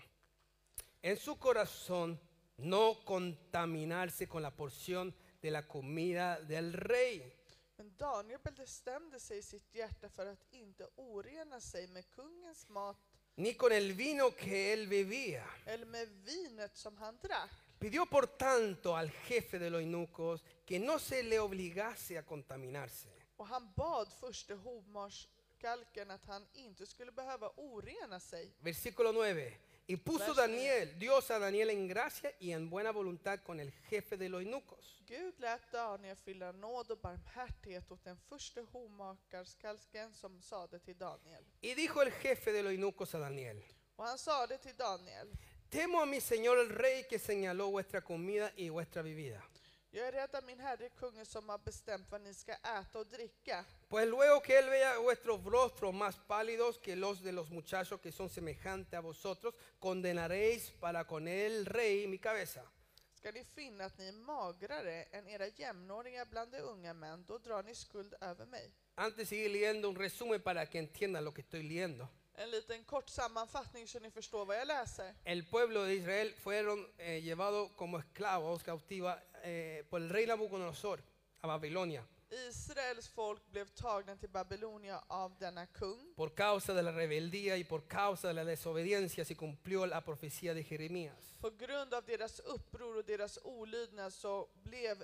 Speaker 1: en su corazón no contaminarse con la porción de la comida del rey.
Speaker 2: Men Daniel bestämde sig i sitt hjärta för att inte orena sig med kungens mat
Speaker 1: ni con el vino que él bebía.
Speaker 2: eller med vinet som han drack.
Speaker 1: Pidió por tanto al jefe de los eunucos que no se le obligase a contaminarse.
Speaker 2: Och han bad förste hovmarskalken att han inte skulle behöva orena sig.
Speaker 1: Versículo 9. Y puso
Speaker 2: Verso
Speaker 1: Daniel, Dios a Daniel en gracia y en buena voluntad con el jefe de los eunucos.
Speaker 2: Gud lät Daniel fylla nåd och barmhärtighet åt den förste hovmakarskalken som sade till Daniel.
Speaker 1: Y dijo el jefe de los eunucos a Daniel,
Speaker 2: Och han sade till Daniel,
Speaker 1: temo a mi señor el rey que señaló vuestra comida y vuestra bebida.
Speaker 2: jag är rädd att min herre kungen som har bestämt vad ni ska äta och dricka.
Speaker 1: Pues luego que él vea vuestros rostros más pálidos que los de los muchachos que son semejantes a vosotros, condenaréis para con el rey mi cabeza.
Speaker 2: Ska ni finna att ni är magrare än era jämnåringar bland de unga män, då drar ni skuld över mig.
Speaker 1: Antes de seguir leyendo un resumen para que entiendan lo que estoy leyendo.
Speaker 2: En liten kort sammanfattning så ni förstår vad jag läser.
Speaker 1: El pueblo de Israel fueron eh, llevados como esclavos, cautiva, eh, por el rey Nabucodonosor a Babilonia
Speaker 2: Israels folk blev tagna till Babylonia av denna kung
Speaker 1: por causa de la rebeldía y por causa de la desobediencia se cumplió la profecía de Jeremías.
Speaker 2: På grund av deras uppror och deras olydnad så blev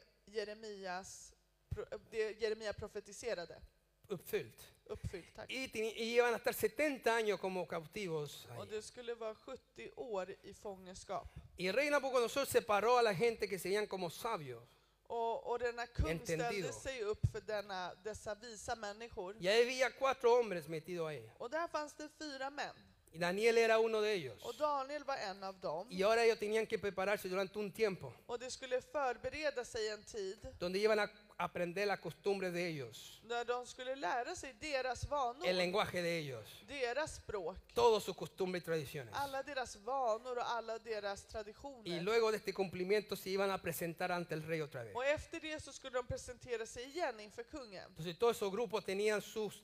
Speaker 2: Jeremias, pro- eh, det Jeremia profetiserade
Speaker 1: Uppfyllt.
Speaker 2: uppfyllt. Tack.
Speaker 1: Y, teni- y iban a estar 70 años como cautivos. ahí.
Speaker 2: Och det skulle vara 70 år i fångenskap.
Speaker 1: Y el rey Nabucodonosor separó a la gente que serían como sabios.
Speaker 2: Och, och denna kung
Speaker 1: Entendido.
Speaker 2: ställde sig upp för denna, dessa visa människor.
Speaker 1: Y ahí había cuatro hombres metidos ahí.
Speaker 2: Och där fanns det fyra män.
Speaker 1: Y Daniel era uno de ellos.
Speaker 2: Och Daniel var en av
Speaker 1: Y
Speaker 2: dem.
Speaker 1: ahora ellos tenían que prepararse durante un tiempo
Speaker 2: Och de skulle förbereda sig en tid
Speaker 1: donde iban a aprender las costumbres de ellos,
Speaker 2: där de skulle lära sig deras
Speaker 1: el
Speaker 2: vanor,
Speaker 1: lenguaje de ellos,
Speaker 2: deras språk,
Speaker 1: todas sus costumbres y tradiciones.
Speaker 2: alla deras vanor och alla deras
Speaker 1: Y
Speaker 2: traditioner.
Speaker 1: luego de este cumplimiento se iban a presentar ante el rey otra vez.
Speaker 2: Och efter det så skulle de presentera sig igen inför kungen.
Speaker 1: Entonces todos esos grupos tenían sus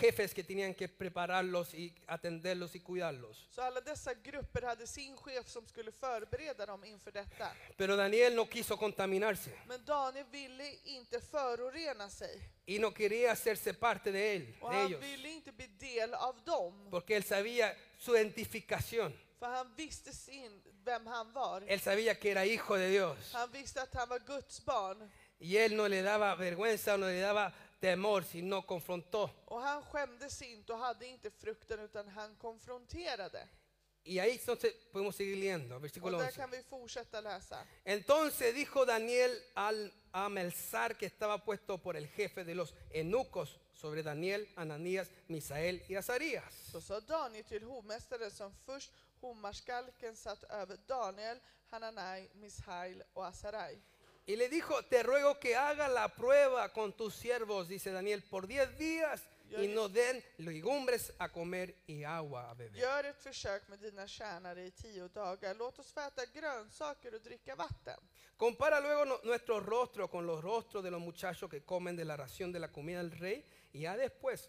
Speaker 1: jefes que tenían que prepararlos y atenderlos y cuidarlos.
Speaker 2: Så alla dessa grupper hade sin chef som skulle förbereda dem inför detta.
Speaker 1: Pero Daniel no quiso contaminarse
Speaker 2: Men Daniel ville inte förorena sig
Speaker 1: y no quería hacerse parte de él,
Speaker 2: och
Speaker 1: de
Speaker 2: han
Speaker 1: ellos,
Speaker 2: ville inte bli del av dem.
Speaker 1: porque él sabía su identificación.
Speaker 2: För han visste sin, vem han var.
Speaker 1: Él sabía que era hijo de Dios
Speaker 2: Han visste att han var Guds barn.
Speaker 1: y él no le daba vergüenza, no le daba temor, sino confrontó.
Speaker 2: Och han skämdes inte och hade inte fruktan utan han konfronterade.
Speaker 1: Y ahí entonces podemos seguir leyendo,
Speaker 2: Och
Speaker 1: versículo
Speaker 2: där
Speaker 1: 11.
Speaker 2: kan vi fortsätta läsa.
Speaker 1: Entonces dijo Daniel al, a Melzar que estaba puesto por el jefe de los eunucos sobre Daniel, Ananías, Misael y Azarías.
Speaker 2: Så sa Daniel till hovmästaren som först hovmarskalken satt över Daniel, Hananai, Mishail och Asarai.
Speaker 1: Y le dijo, te ruego que haga la prueba con tus siervos, dice Daniel, por 10 días y no den legumbres a comer y agua a beber.
Speaker 2: Gör ett försök med dina tjänare i tio dagar. Låt oss få äta grönsaker och dricka vatten.
Speaker 1: Compara luego no- nuestro rostro con los rostros de los muchachos que comen de la ración de la comida del rey y ya después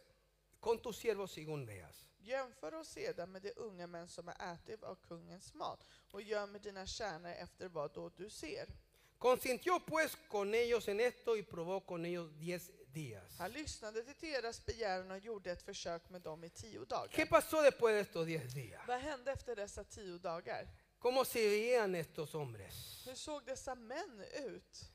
Speaker 1: con tus siervos según veas.
Speaker 2: Jämför oss sedan med de unga män som har ätit av kungens mat och gör med dina tjänare efter vad då du ser.
Speaker 1: Consintió pues con ellos en esto y probó con ellos 10 días.
Speaker 2: Han lyssnade till deras begäran och gjorde ett försök med dem i tio
Speaker 1: ¿Qué
Speaker 2: dagar.
Speaker 1: pasó después de estos 10 días?
Speaker 2: Vad hände efter dessa tio dagar?
Speaker 1: ¿Cómo se veían estos hombres?
Speaker 2: Hur såg dessa män ut?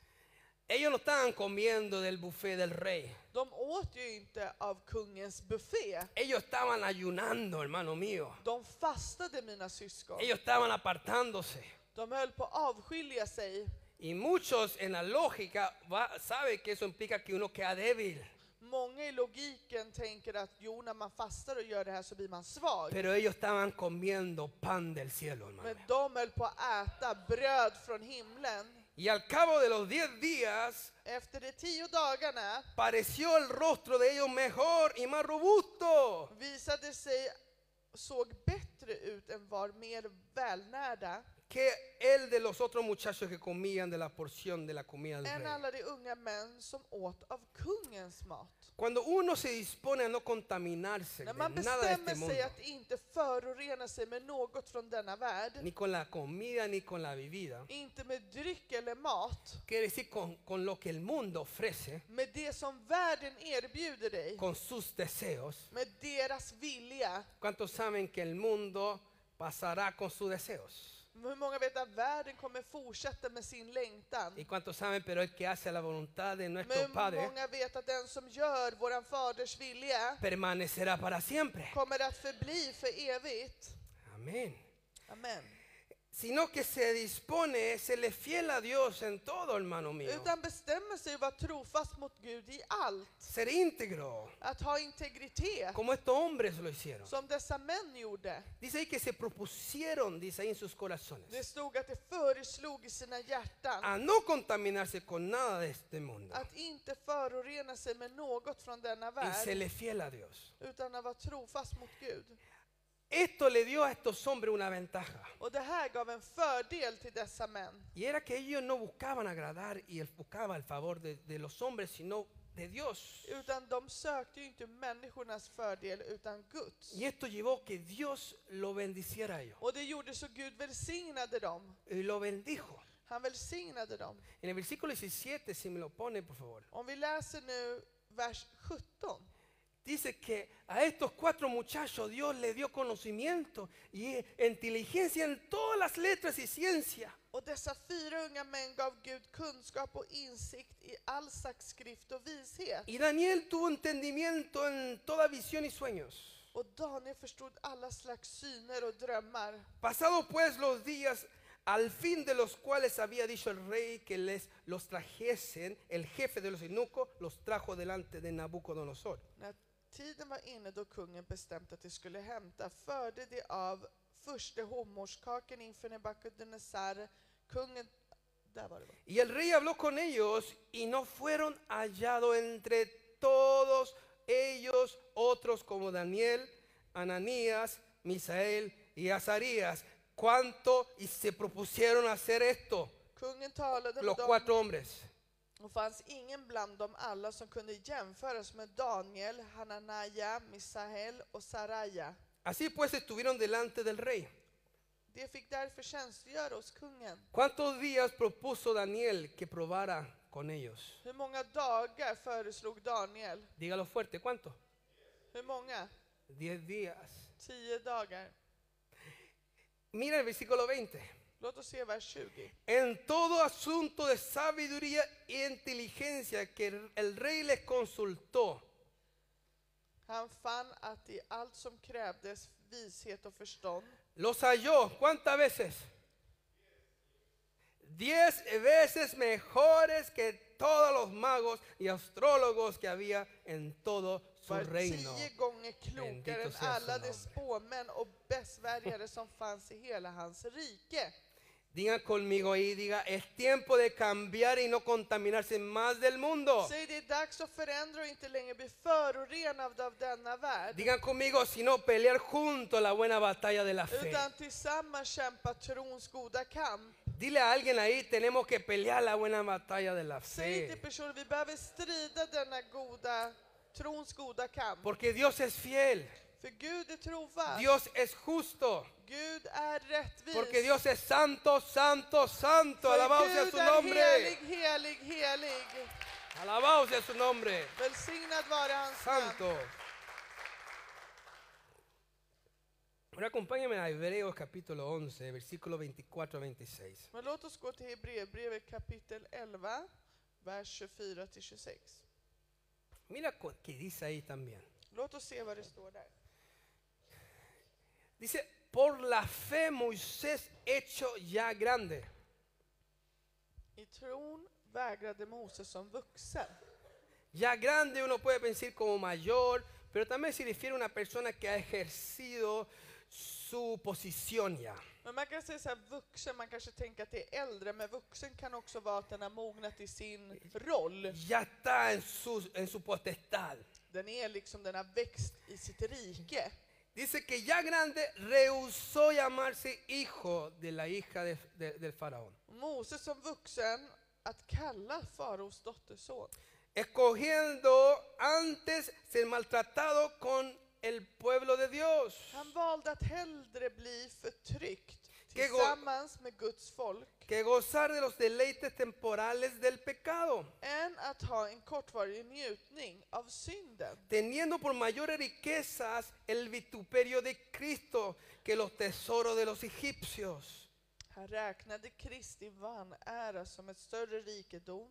Speaker 1: Ellos no estaban comiendo del buffet del rey.
Speaker 2: De åt ju inte av kungens buffé.
Speaker 1: Ellos estaban ayunando, hermano mío.
Speaker 2: De fastade mina syskon.
Speaker 1: Ellos estaban apartándose.
Speaker 2: De höll på att avskilja sig.
Speaker 1: Y muchos en la lógica va, sabe que eso implica que uno queda débil.
Speaker 2: Många i logiken tänker att jo, när man fastar och gör det här så blir man svag.
Speaker 1: Pero ellos estaban comiendo pan del cielo, hermano.
Speaker 2: Men
Speaker 1: mío.
Speaker 2: de höll på att äta bröd från himlen.
Speaker 1: Y al cabo de los 10 días
Speaker 2: Efter de tio dagarna
Speaker 1: pareció el rostro de ellos mejor y más robusto.
Speaker 2: visade sig såg bättre ut än var mer välnärda
Speaker 1: que el de los otros muchachos que comían de la porción de la comida del
Speaker 2: än
Speaker 1: rey.
Speaker 2: alla de unga män som åt av kungens mat.
Speaker 1: Cuando uno se dispone a no contaminarse
Speaker 2: När
Speaker 1: de
Speaker 2: man
Speaker 1: nada de
Speaker 2: bestämmer
Speaker 1: este mundo,
Speaker 2: sig att inte förorena sig med något från denna värld,
Speaker 1: ni con la comida ni con la bebida,
Speaker 2: inte med dryck eller mat,
Speaker 1: quiere decir con, con lo que el mundo ofrece,
Speaker 2: med det som världen erbjuder dig,
Speaker 1: con sus deseos,
Speaker 2: med deras vilja.
Speaker 1: ¿cuántos saben que el mundo pasará con sus deseos?
Speaker 2: Hur många vet att världen kommer fortsätta med sin
Speaker 1: ¿Y
Speaker 2: längtan?
Speaker 1: cuántos saben, pero el que hace la voluntad de nuestro
Speaker 2: Men hur
Speaker 1: Padre
Speaker 2: många vet att den som gör våran faders vilja
Speaker 1: permanecerá para siempre?
Speaker 2: kommer att förbli för evigt?
Speaker 1: Amén.
Speaker 2: Amen.
Speaker 1: Sino que se dispone, se le fiel a Dios en todo, hermano mío.
Speaker 2: Utan bestämmer sig att vara trofast mot Gud i allt,
Speaker 1: ser íntegro,
Speaker 2: att ha integritet,
Speaker 1: como estos hombres lo hicieron.
Speaker 2: som dessa män gjorde.
Speaker 1: Dice ahí que se propusieron, dice ahí en sus
Speaker 2: Det
Speaker 1: corazones,
Speaker 2: stod att de föreslog i sina hjärtan
Speaker 1: a no contaminarse con nada de este mundo
Speaker 2: att inte förorena sig med något från denna
Speaker 1: y se
Speaker 2: värld,
Speaker 1: le fiel a Dios.
Speaker 2: utan att vara trofast mot Gud.
Speaker 1: Esto le dio a estos hombres una ventaja
Speaker 2: Och det här gav en fördel till dessa män.
Speaker 1: y era que ellos no buscaban agradar y él buscaba el favor de, de los hombres, sino de Dios.
Speaker 2: Utan de sökte ju inte människornas fördel, utan Guds.
Speaker 1: Y esto llevó que Dios lo bendiciera a ellos
Speaker 2: Och det gjorde så Gud välsignade dem.
Speaker 1: y lo bendijo.
Speaker 2: Han välsignade dem.
Speaker 1: En el versículo 17, si me lo pone, por favor,
Speaker 2: Om vi läser nu vers 17.
Speaker 1: Dice que a estos cuatro muchachos Dios le dio conocimiento y inteligencia en todas las letras y ciencia.
Speaker 2: Och dessa fyra unga män gav Gud kunskap och insikt i all slags skrift och vishet.
Speaker 1: Y Daniel tuvo entendimiento en toda visión y sueños.
Speaker 2: Och Daniel förstod alla slags syner och drömmar.
Speaker 1: Pasados pues los días, al fin de los cuales había dicho el rey que les los trajesen, el jefe de los eunucos los trajo delante de Nabucodonosor.
Speaker 2: När tiden var inne då kungen bestämt att de skulle hämta förde de av förste hovmorskaken inför Nebukadnessar, kungen... Där var det va?
Speaker 1: Y el rey habló con ellos y no fueron hallados entre todos ellos otros como Daniel, Ananías, Misael y Azarías. ¿Cuánto y se propusieron hacer esto
Speaker 2: Kungen talade med
Speaker 1: los
Speaker 2: dem
Speaker 1: cuatro hombres?
Speaker 2: Och fanns ingen bland dem alla som kunde jämföras med Daniel, Hananaja, Misael och Saraja.
Speaker 1: Así pues estuvieron delante del rey.
Speaker 2: De fick därför tjänstgöra hos kungen.
Speaker 1: ¿Cuántos días propuso Daniel que probara con ellos?
Speaker 2: Hur många dagar föreslog Daniel?
Speaker 1: Dígalo fuerte, ¿cuánto?
Speaker 2: Hur många?
Speaker 1: Diez días.
Speaker 2: Tio dagar.
Speaker 1: Mira el versículo 20.
Speaker 2: Låt oss se vers 20.
Speaker 1: En todo asunto de sabiduría e inteligencia que el- el rey les consultó,
Speaker 2: Han fann att i allt som krävdes vishet och förstånd
Speaker 1: los halló. ¿Cuántas veces? Diez veces mejores que todos los magos y astrólogos que había en todo su
Speaker 2: var
Speaker 1: reino.
Speaker 2: tio gånger
Speaker 1: Bendito
Speaker 2: klokare än
Speaker 1: sea su
Speaker 2: alla
Speaker 1: nombre.
Speaker 2: de spåmän och bästvärjare som fanns i hela hans rike.
Speaker 1: Diga conmigo ahí, diga, es tiempo de cambiar y no contaminarse más del mundo.
Speaker 2: Säg det är dags att förändra och inte längre bli förorenad av denna värld.
Speaker 1: Digan conmigo, sino pelear junto la buena batalla de la fe.
Speaker 2: Utan tillsammans kämpa trons goda kamp.
Speaker 1: Dile a alguien ahí, tenemos que pelear la buena batalla de la
Speaker 2: Säg
Speaker 1: fe.
Speaker 2: till personen, vi behöver strida denna goda, trons goda kamp.
Speaker 1: Porque Dios es fiel,
Speaker 2: För Gud är trofast.
Speaker 1: Dios es justo,
Speaker 2: Gud är rättvis.
Speaker 1: porque Dios es santo, santo, santo. Alabado sea
Speaker 2: För
Speaker 1: su
Speaker 2: Gud är helig,
Speaker 1: nombre.
Speaker 2: helig, helig.
Speaker 1: Alabado sea su nombre.
Speaker 2: Välsignad vare hans namn.
Speaker 1: Santo. Ahora acompáñame a Hebreos capítulo 11, versículo 24 a 26.
Speaker 2: Men låt oss gå till Hebreerbrevet kapitel 11, vers 24-26.
Speaker 1: Mira cu- qué dice ahí también.
Speaker 2: Låt oss se vad det står där.
Speaker 1: Dice, por la fe Moisés hecho ya grande.
Speaker 2: I tron vägrade Moses som vuxen.
Speaker 1: Ya grande uno puede pensar como mayor, pero también se refiere a una persona que ha ejercido su posición ya.
Speaker 2: Men man kan säga så här, vuxen, man kanske tänker att det är äldre, men vuxen kan också vara att den har mognat i sin roll.
Speaker 1: Ya está en su, en su potestad.
Speaker 2: Den är liksom, den har växt i sitt rike.
Speaker 1: Dice que ya grande rehusó llamarse hijo de la hija de- de- del faraón,
Speaker 2: Moses som vuxen, att kalla faraos dotterson.
Speaker 1: escogiendo antes ser maltratado con el pueblo de Dios
Speaker 2: Han valde att hellre bli förtryckt
Speaker 1: Qué go-
Speaker 2: tillsammans med Guds folk
Speaker 1: que gozar de los deleites temporales del pecado.
Speaker 2: än att ha en kortvarig njutning av synden.
Speaker 1: teniendo por mayores riquezas el vituperio de Cristo que los tesoros de los egipcios,
Speaker 2: Han räknade Kristi vanära som ett större rikedom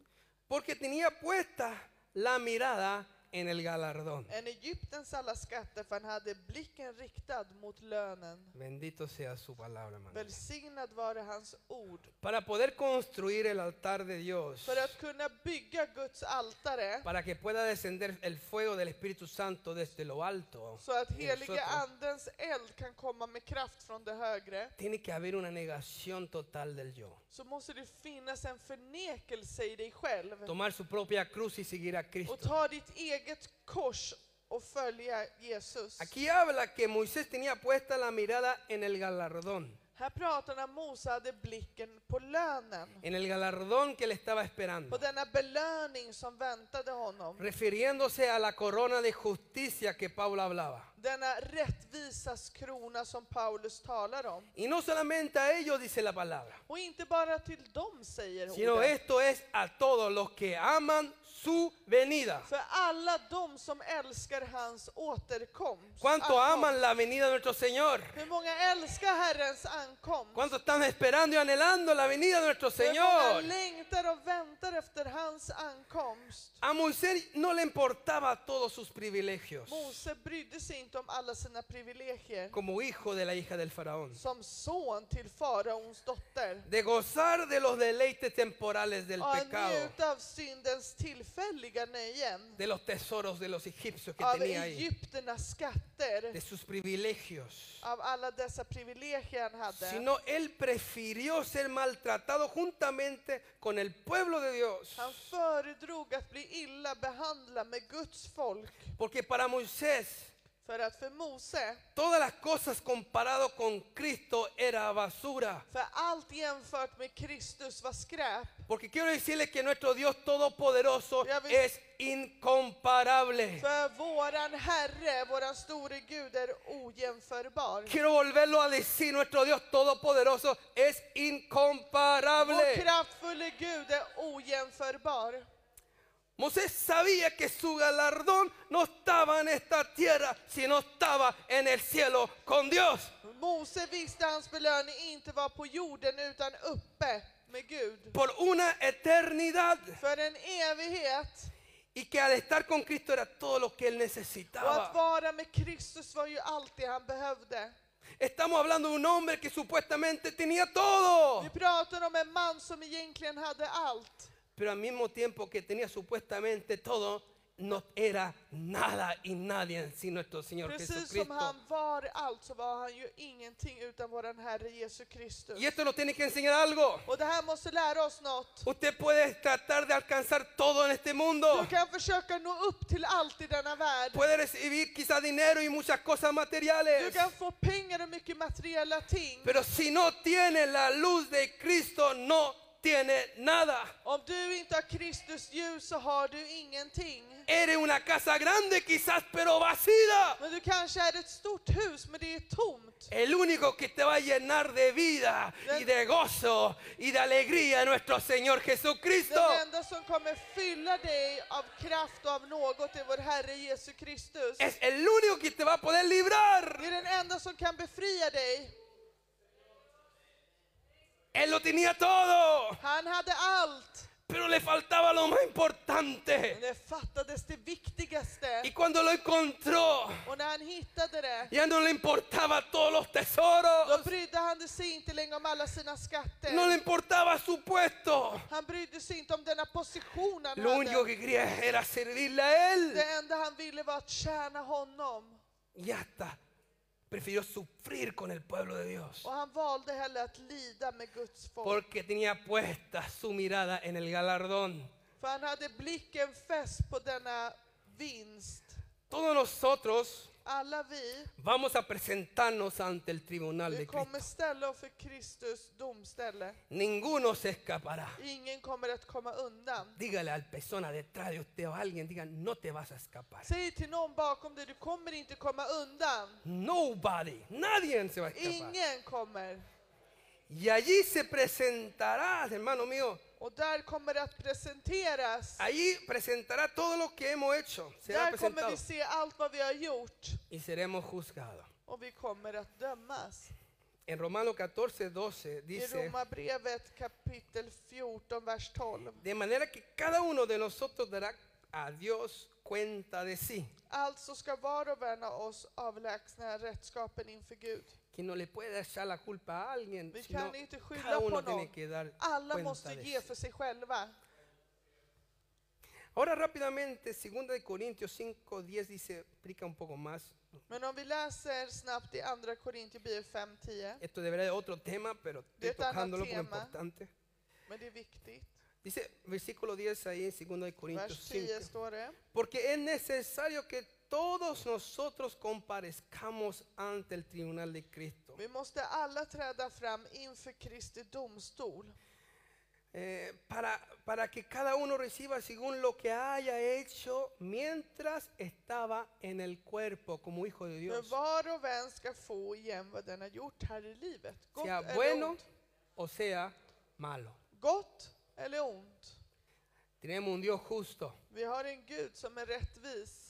Speaker 1: porque tenía puesta la mirada en el galardón.
Speaker 2: än Egyptens alla skatter, för han hade blicken riktad mot lönen.
Speaker 1: Bendito sea su palabra, hermano.
Speaker 2: Välsignad vare hans ord.
Speaker 1: Para poder construir el altar de Dios,
Speaker 2: För att kunna bygga Guds altare
Speaker 1: para que pueda descender el fuego del Espíritu Santo desde lo alto,
Speaker 2: så att
Speaker 1: en
Speaker 2: heliga
Speaker 1: nosotros,
Speaker 2: andens eld kan komma med kraft från det högre
Speaker 1: tiene que haber una negación total del yo.
Speaker 2: så måste det finnas en förnekelse i dig själv.
Speaker 1: Tomar su propia cruz y seguir a Cristo.
Speaker 2: och ta ditt eget kors och följa Jesus.
Speaker 1: Aquí habla que Moisés tenía puesta la mirada en el galardón.
Speaker 2: Här pratar när Mose hade blicken på lönen,
Speaker 1: en el galardón que le estaba
Speaker 2: på
Speaker 1: esperando,
Speaker 2: denna belöning som väntade honom.
Speaker 1: refiriéndose a la corona de justicia que Pablo hablaba.
Speaker 2: Denna rättvisas krona som Paulus talar om.
Speaker 1: Y no solamente a ellos dice la palabra,
Speaker 2: Och inte bara till dem säger
Speaker 1: sino
Speaker 2: ordet,
Speaker 1: esto es a todos los que aman su venida.
Speaker 2: för alla de som älskar hans återkomst.
Speaker 1: ¿Cuánto
Speaker 2: ankomst.
Speaker 1: aman la venida de nuestro Señor?
Speaker 2: Hur många älskar Herrens ankomst?
Speaker 1: ¿Cuánto están esperando y anhelando la venida de nuestro
Speaker 2: Hur många
Speaker 1: Señor?
Speaker 2: längtar och väntar efter hans ankomst?
Speaker 1: A Moisés no le importaba todos sus privilegios
Speaker 2: Mose brydde sig inte om alla sina privilegier
Speaker 1: como hijo de la hija del faraón,
Speaker 2: som son till faraons dotter
Speaker 1: de gozar de los deleites temporales del
Speaker 2: och att
Speaker 1: pecado.
Speaker 2: njuta av syndens tillfälliga nöjen,
Speaker 1: de los tesoros de los egipcios que
Speaker 2: av
Speaker 1: tenía ahí,
Speaker 2: Egypternas
Speaker 1: de
Speaker 2: skatter,
Speaker 1: sus privilegios.
Speaker 2: av alla dessa privilegier han hade.
Speaker 1: Sino él prefirió ser maltratado juntamente con el pueblo de Dios.
Speaker 2: Han föredrog att bli illa behandlad med Guds folk,
Speaker 1: Porque para Moisés
Speaker 2: För att för Mose,
Speaker 1: Todas las cosas comparado con Cristo era basura.
Speaker 2: för allt jämfört med Kristus var skräp.
Speaker 1: Porque quiero decirles que nuestro Dios todopoderoso
Speaker 2: Ya ves-
Speaker 1: es incomparable.
Speaker 2: För våran Herre, våran store Gud är ojämförbar.
Speaker 1: Quiero volverlo a decir, nuestro Dios todopoderoso es
Speaker 2: Vår
Speaker 1: incomparable.
Speaker 2: kraftfulle Gud är ojämförbar.
Speaker 1: Moisés sabía que su galardón no estaba en esta tierra, sino estaba en el cielo con Dios.
Speaker 2: Mose visste hans belöning inte var på jorden utan uppe med Gud.
Speaker 1: Por una eternidad.
Speaker 2: För en evighet.
Speaker 1: Y que al estar con Cristo era todo lo que él
Speaker 2: Och att
Speaker 1: necesitaba.
Speaker 2: vara med Kristus var ju allt det han behövde.
Speaker 1: Estamos hablando de un hombre que supuestamente tenía todo.
Speaker 2: Vi pratar om en man som egentligen hade allt.
Speaker 1: Pero al mismo tiempo que tenía supuestamente todo, no era nada y nadie sin nuestro Señor
Speaker 2: Precis som
Speaker 1: Jesucristo.
Speaker 2: han var allt så var han ju ingenting utan våran Herre Jesus Kristus.
Speaker 1: Y esto nos tiene que enseñar algo.
Speaker 2: Och det här måste lära oss något.
Speaker 1: Usted puede tratar de alcanzar todo en este mundo.
Speaker 2: Du kan försöka nå upp till allt i denna värld.
Speaker 1: Puede recibir quizá dinero y muchas cosas
Speaker 2: Du
Speaker 1: materiales.
Speaker 2: kan få pengar och mycket materiella ting.
Speaker 1: Pero si no tiene la luz de Cristo, no tiene nada.
Speaker 2: Om du inte har Kristus ljus så har du ingenting.
Speaker 1: Eres una casa grande quizás, pero vacía.
Speaker 2: Men du kanske är ett stort hus men det är tomt.
Speaker 1: El único que te va a llenar de vida y de gozo y de alegría es nuestro Señor Jesucristo.
Speaker 2: Den enda som kommer fylla dig av kraft och av något är vår Herre Jesus Kristus.
Speaker 1: Es el único que te va a poder librar.
Speaker 2: Det är den enda som kan befria dig.
Speaker 1: Él lo tenía todo,
Speaker 2: Han hade allt.
Speaker 1: pero le faltaba lo más
Speaker 2: Men
Speaker 1: importante.
Speaker 2: det fattades det
Speaker 1: Y
Speaker 2: viktigaste.
Speaker 1: cuando lo encontró,
Speaker 2: Och när han hittade det,
Speaker 1: ya no le importaba todos los
Speaker 2: då
Speaker 1: tesoros,
Speaker 2: brydde han sig inte längre om alla sina skatter.
Speaker 1: no le importaba su puesto.
Speaker 2: Han brydde sig inte om denna position han
Speaker 1: Lo único
Speaker 2: hade.
Speaker 1: que quería era servirle a Él.
Speaker 2: Det enda han ville var att tjäna honom.
Speaker 1: Y hasta prefirió sufrir con el pueblo de Dios.
Speaker 2: Och han valde heller att lida med Guds folk.
Speaker 1: Porque tenía puesta su mirada en el galardón.
Speaker 2: För han hade blicken fäst på denna vinst.
Speaker 1: Todos nosotros
Speaker 2: Alla vi,
Speaker 1: vamos a presentarnos ante el tribunal
Speaker 2: vi
Speaker 1: de Cristo.
Speaker 2: kommer ställa oss för Kristus domställe.
Speaker 1: Ninguno se escapará.
Speaker 2: Ingen kommer att komma undan.
Speaker 1: Dígale al persona detrás de usted o a alguien, diga, no te vas a escapar.
Speaker 2: Säg till någon bakom dig, du kommer inte komma undan.
Speaker 1: Nobody, nadie se va a escapar.
Speaker 2: Ingen kommer.
Speaker 1: Y allí se presentará, hermano mío,
Speaker 2: Och där kommer det att presenteras.
Speaker 1: allí presentará todo lo que hemos hecho. Será
Speaker 2: Där kommer
Speaker 1: presentado
Speaker 2: vi se allt vad vi har gjort.
Speaker 1: y seremos juzgados.
Speaker 2: Och vi kommer att dömas.
Speaker 1: En Romano 14, 12
Speaker 2: I
Speaker 1: dice,
Speaker 2: Romarbrevet kapitel 14, vers 12.
Speaker 1: de manera que cada uno de nosotros dará a Dios cuenta de sí.
Speaker 2: Alltså ska var och en av oss avlägsna rättskapen inför Gud.
Speaker 1: Que no le puede echar la culpa a alguien,
Speaker 2: Vi
Speaker 1: sino
Speaker 2: kan inte
Speaker 1: cada
Speaker 2: skylla på
Speaker 1: uno tiene
Speaker 2: någon.
Speaker 1: que dar
Speaker 2: Alla
Speaker 1: cuenta
Speaker 2: måste
Speaker 1: de
Speaker 2: ge
Speaker 1: sí.
Speaker 2: för sig själva.
Speaker 1: Ahora rápidamente, 2 de Corintios 5, 10 dice, explica un poco más.
Speaker 2: Men om vi läser snabbt i Andra Korinthierbrevet 5.10,
Speaker 1: Esto debería de otro tema, pero
Speaker 2: De
Speaker 1: estoy
Speaker 2: tal
Speaker 1: tocándolo como
Speaker 2: tema.
Speaker 1: importante.
Speaker 2: men det är viktigt.
Speaker 1: Dice versículo 10 ahí en 2 de Corintios
Speaker 2: Vers 10
Speaker 1: 5.
Speaker 2: står det.
Speaker 1: Porque es necesario que todos nosotros comparezcamos ante el tribunal de Cristo.
Speaker 2: Vi måste alla träda fram inför Kristi domstol
Speaker 1: eh, para, para que cada uno reciba según lo que haya hecho mientras estaba en el cuerpo como hijo de
Speaker 2: För
Speaker 1: Dios,
Speaker 2: var och en ska få igen vad den har gjort här i livet. Gott
Speaker 1: sea
Speaker 2: eller
Speaker 1: bueno
Speaker 2: ont.
Speaker 1: o sea malo.
Speaker 2: Gott eller ont.
Speaker 1: Tenemos un Dios justo.
Speaker 2: Vi har en Gud som är rättvis.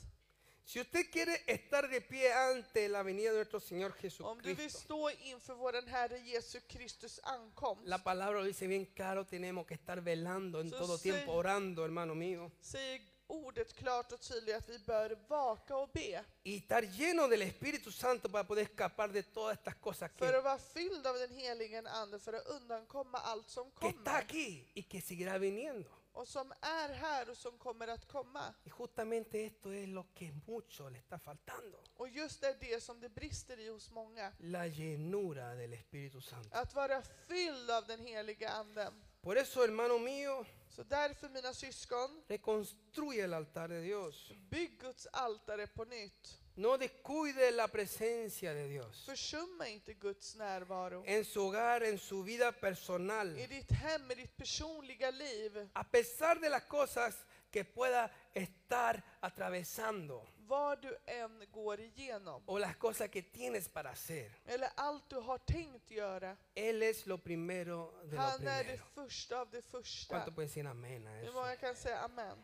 Speaker 1: Si usted quiere estar de pie ante la venida de nuestro Señor
Speaker 2: Om du vill
Speaker 1: Jesucristo,
Speaker 2: stå inför vår Herre Jesu Kristus ankomst,
Speaker 1: la palabra lo dice bien claro, tenemos que estar velando en
Speaker 2: So
Speaker 1: todo
Speaker 2: say-
Speaker 1: tiempo, orando, hermano mío,
Speaker 2: säger ordet klart och tydligt att vi bör vaka och be
Speaker 1: y estar lleno del Espíritu Santo para poder escapar de todas estas cosas
Speaker 2: för
Speaker 1: que,
Speaker 2: att vara fylld av den heligen Ande för att undankomma allt som
Speaker 1: que está
Speaker 2: kommer
Speaker 1: aquí y que seguirá viniendo.
Speaker 2: och som är här och som kommer att komma.
Speaker 1: Y justamente esto es lo que mucho le está faltando,
Speaker 2: Och just det är det som det brister i hos många.
Speaker 1: la llenura del Espíritu Santo.
Speaker 2: Att vara fylld av den heliga Anden.
Speaker 1: Por eso, hermano mío,
Speaker 2: Så därför mina syskon,
Speaker 1: reconstruye el altar de Dios.
Speaker 2: bygg Guds altare på nytt.
Speaker 1: No descuide la presencia de Dios.
Speaker 2: Försumma inte Guds närvaro.
Speaker 1: En su hogar, en su vida personal.
Speaker 2: I ditt hem, i ditt personliga liv.
Speaker 1: A pesar de las cosas que pueda estar atravesando.
Speaker 2: Vad du än går igenom.
Speaker 1: O las cosas que tienes para hacer.
Speaker 2: Eller allt du har tänkt göra.
Speaker 1: Él es lo primero de lo
Speaker 2: Han är det
Speaker 1: primero.
Speaker 2: första av det första.
Speaker 1: ¿Cuánto pueden decir amén a
Speaker 2: Hur
Speaker 1: eso?
Speaker 2: många kan säga amen?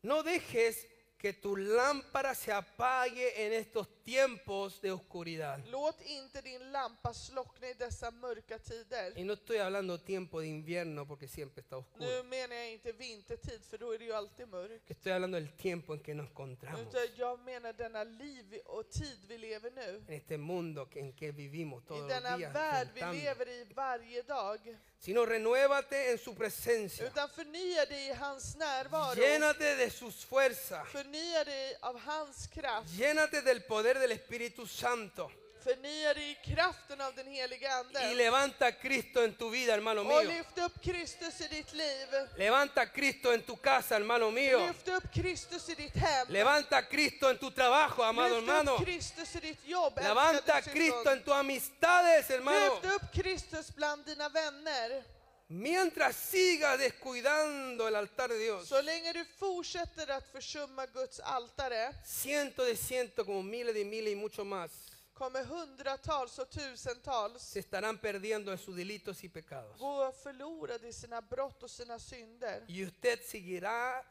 Speaker 1: No dejes que tu lámpara se apague en estos tiempos de oscuridad.
Speaker 2: Låt inte din lampa slockna i dessa mörka tider.
Speaker 1: Y no estoy hablando tiempo de invierno porque siempre está
Speaker 2: Nu
Speaker 1: oscuro.
Speaker 2: menar jag inte vintertid, för då är det ju alltid mörkt.
Speaker 1: Estoy hablando del tiempo en que nos encontramos.
Speaker 2: Utan jag menar denna liv och tid vi lever nu.
Speaker 1: En este mundo que- en que vivimos
Speaker 2: I
Speaker 1: todos
Speaker 2: denna
Speaker 1: los días.
Speaker 2: värld vi
Speaker 1: enfrentando.
Speaker 2: lever i varje dag.
Speaker 1: Sino renuévate en su presencia.
Speaker 2: Utan förnya dig i hans närvaro.
Speaker 1: Llénate de sus fuerzas.
Speaker 2: Förnya dig av hans kraft.
Speaker 1: Llénate del poder del Espíritu Santo.
Speaker 2: Förnya dig i kraften av den heliga
Speaker 1: Y
Speaker 2: Ande.
Speaker 1: levanta a Cristo en tu vida, hermano
Speaker 2: Och
Speaker 1: mío.
Speaker 2: lyft upp Kristus i ditt liv.
Speaker 1: Levanta a Cristo en tu casa, hermano mío.
Speaker 2: Lyft upp Kristus i ditt hem.
Speaker 1: Levanta a Cristo en tu trabajo, amado
Speaker 2: Lyft
Speaker 1: hermano.
Speaker 2: upp Kristus i ditt jobb,
Speaker 1: Levanta a
Speaker 2: älskade
Speaker 1: Cristo
Speaker 2: syskon.
Speaker 1: en tus amistades, hermano.
Speaker 2: Lyft upp Kristus bland dina vänner.
Speaker 1: Mientras sigas descuidando el altar de Dios,
Speaker 2: Så länge du fortsätter att försumma Guds altare
Speaker 1: cientos de cientos, como miles de miles y mucho más,
Speaker 2: kommer hundratals och tusentals
Speaker 1: se estarán perdiendo en sus delitos y pecados.
Speaker 2: gå förlorade i sina brott och sina synder.
Speaker 1: Y usted seguirá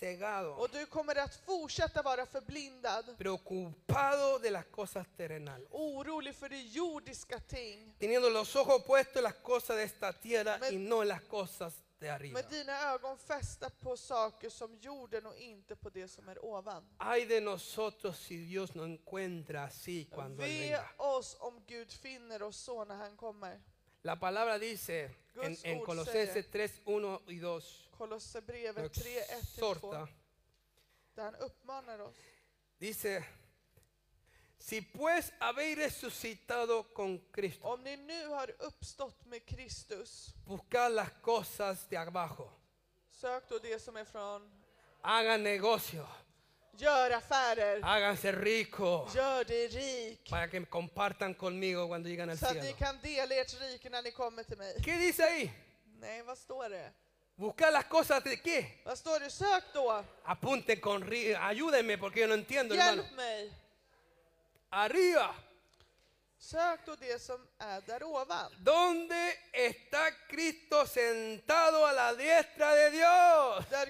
Speaker 1: cegado,
Speaker 2: Och du kommer att fortsätta vara förblindad,
Speaker 1: preocupado de las cosas terrenales,
Speaker 2: orolig för de jordiska ting.
Speaker 1: teniendo los ojos puestos en las cosas de esta tierra
Speaker 2: Me-
Speaker 1: y no en las cosas de arriba.
Speaker 2: Med dina ögon fästa på saker som jorden och inte på det som är ovan.
Speaker 1: Ay de nosotros si Dios no encuentra así cuando Él
Speaker 2: Ve
Speaker 1: venga.
Speaker 2: oss om Gud finner oss så när han kommer.
Speaker 1: La palabra dice en,
Speaker 2: Guds
Speaker 1: en
Speaker 2: ord
Speaker 1: Colosenses
Speaker 2: säger-
Speaker 1: 3, 1 y 2, lo
Speaker 2: Kolosserbrevet 3, 1-2,
Speaker 1: exhorta,
Speaker 2: där han uppmanar oss.
Speaker 1: dice, si pues habéis resucitado con Cristo,
Speaker 2: Om ni nu har uppstått med Kristus,
Speaker 1: buscad las cosas de abajo,
Speaker 2: sök då det som är från
Speaker 1: hagan negocio,
Speaker 2: Gör affärer,
Speaker 1: háganse ricos
Speaker 2: gör dig rik,
Speaker 1: para que compartan conmigo cuando lleguen al
Speaker 2: så att ni
Speaker 1: cielo.
Speaker 2: kan dela ert rike när ni kommer till mig.
Speaker 1: ¿Qué dice ahí?
Speaker 2: Nej, vad står det?
Speaker 1: Buscar las cosas de qué?
Speaker 2: Vad står det? Sök då!
Speaker 1: Apunten con ri- ayúdenme porque yo no entiendo, hermano.
Speaker 2: Hjälp mig!
Speaker 1: Arriba.
Speaker 2: Sök då det som är där ovan.
Speaker 1: ¿Dónde está Cristo sentado a la diestra de Dios?
Speaker 2: Där,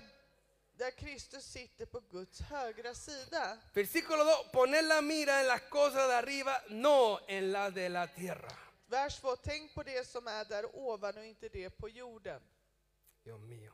Speaker 2: där Kristus sitter på Guds högra sida.
Speaker 1: Versículo 2, poner la mira en las cosas de arriba, no en las de la tierra.
Speaker 2: Vers 2. Tänk på det som är där ovan och inte det på jorden.
Speaker 1: Dios mío.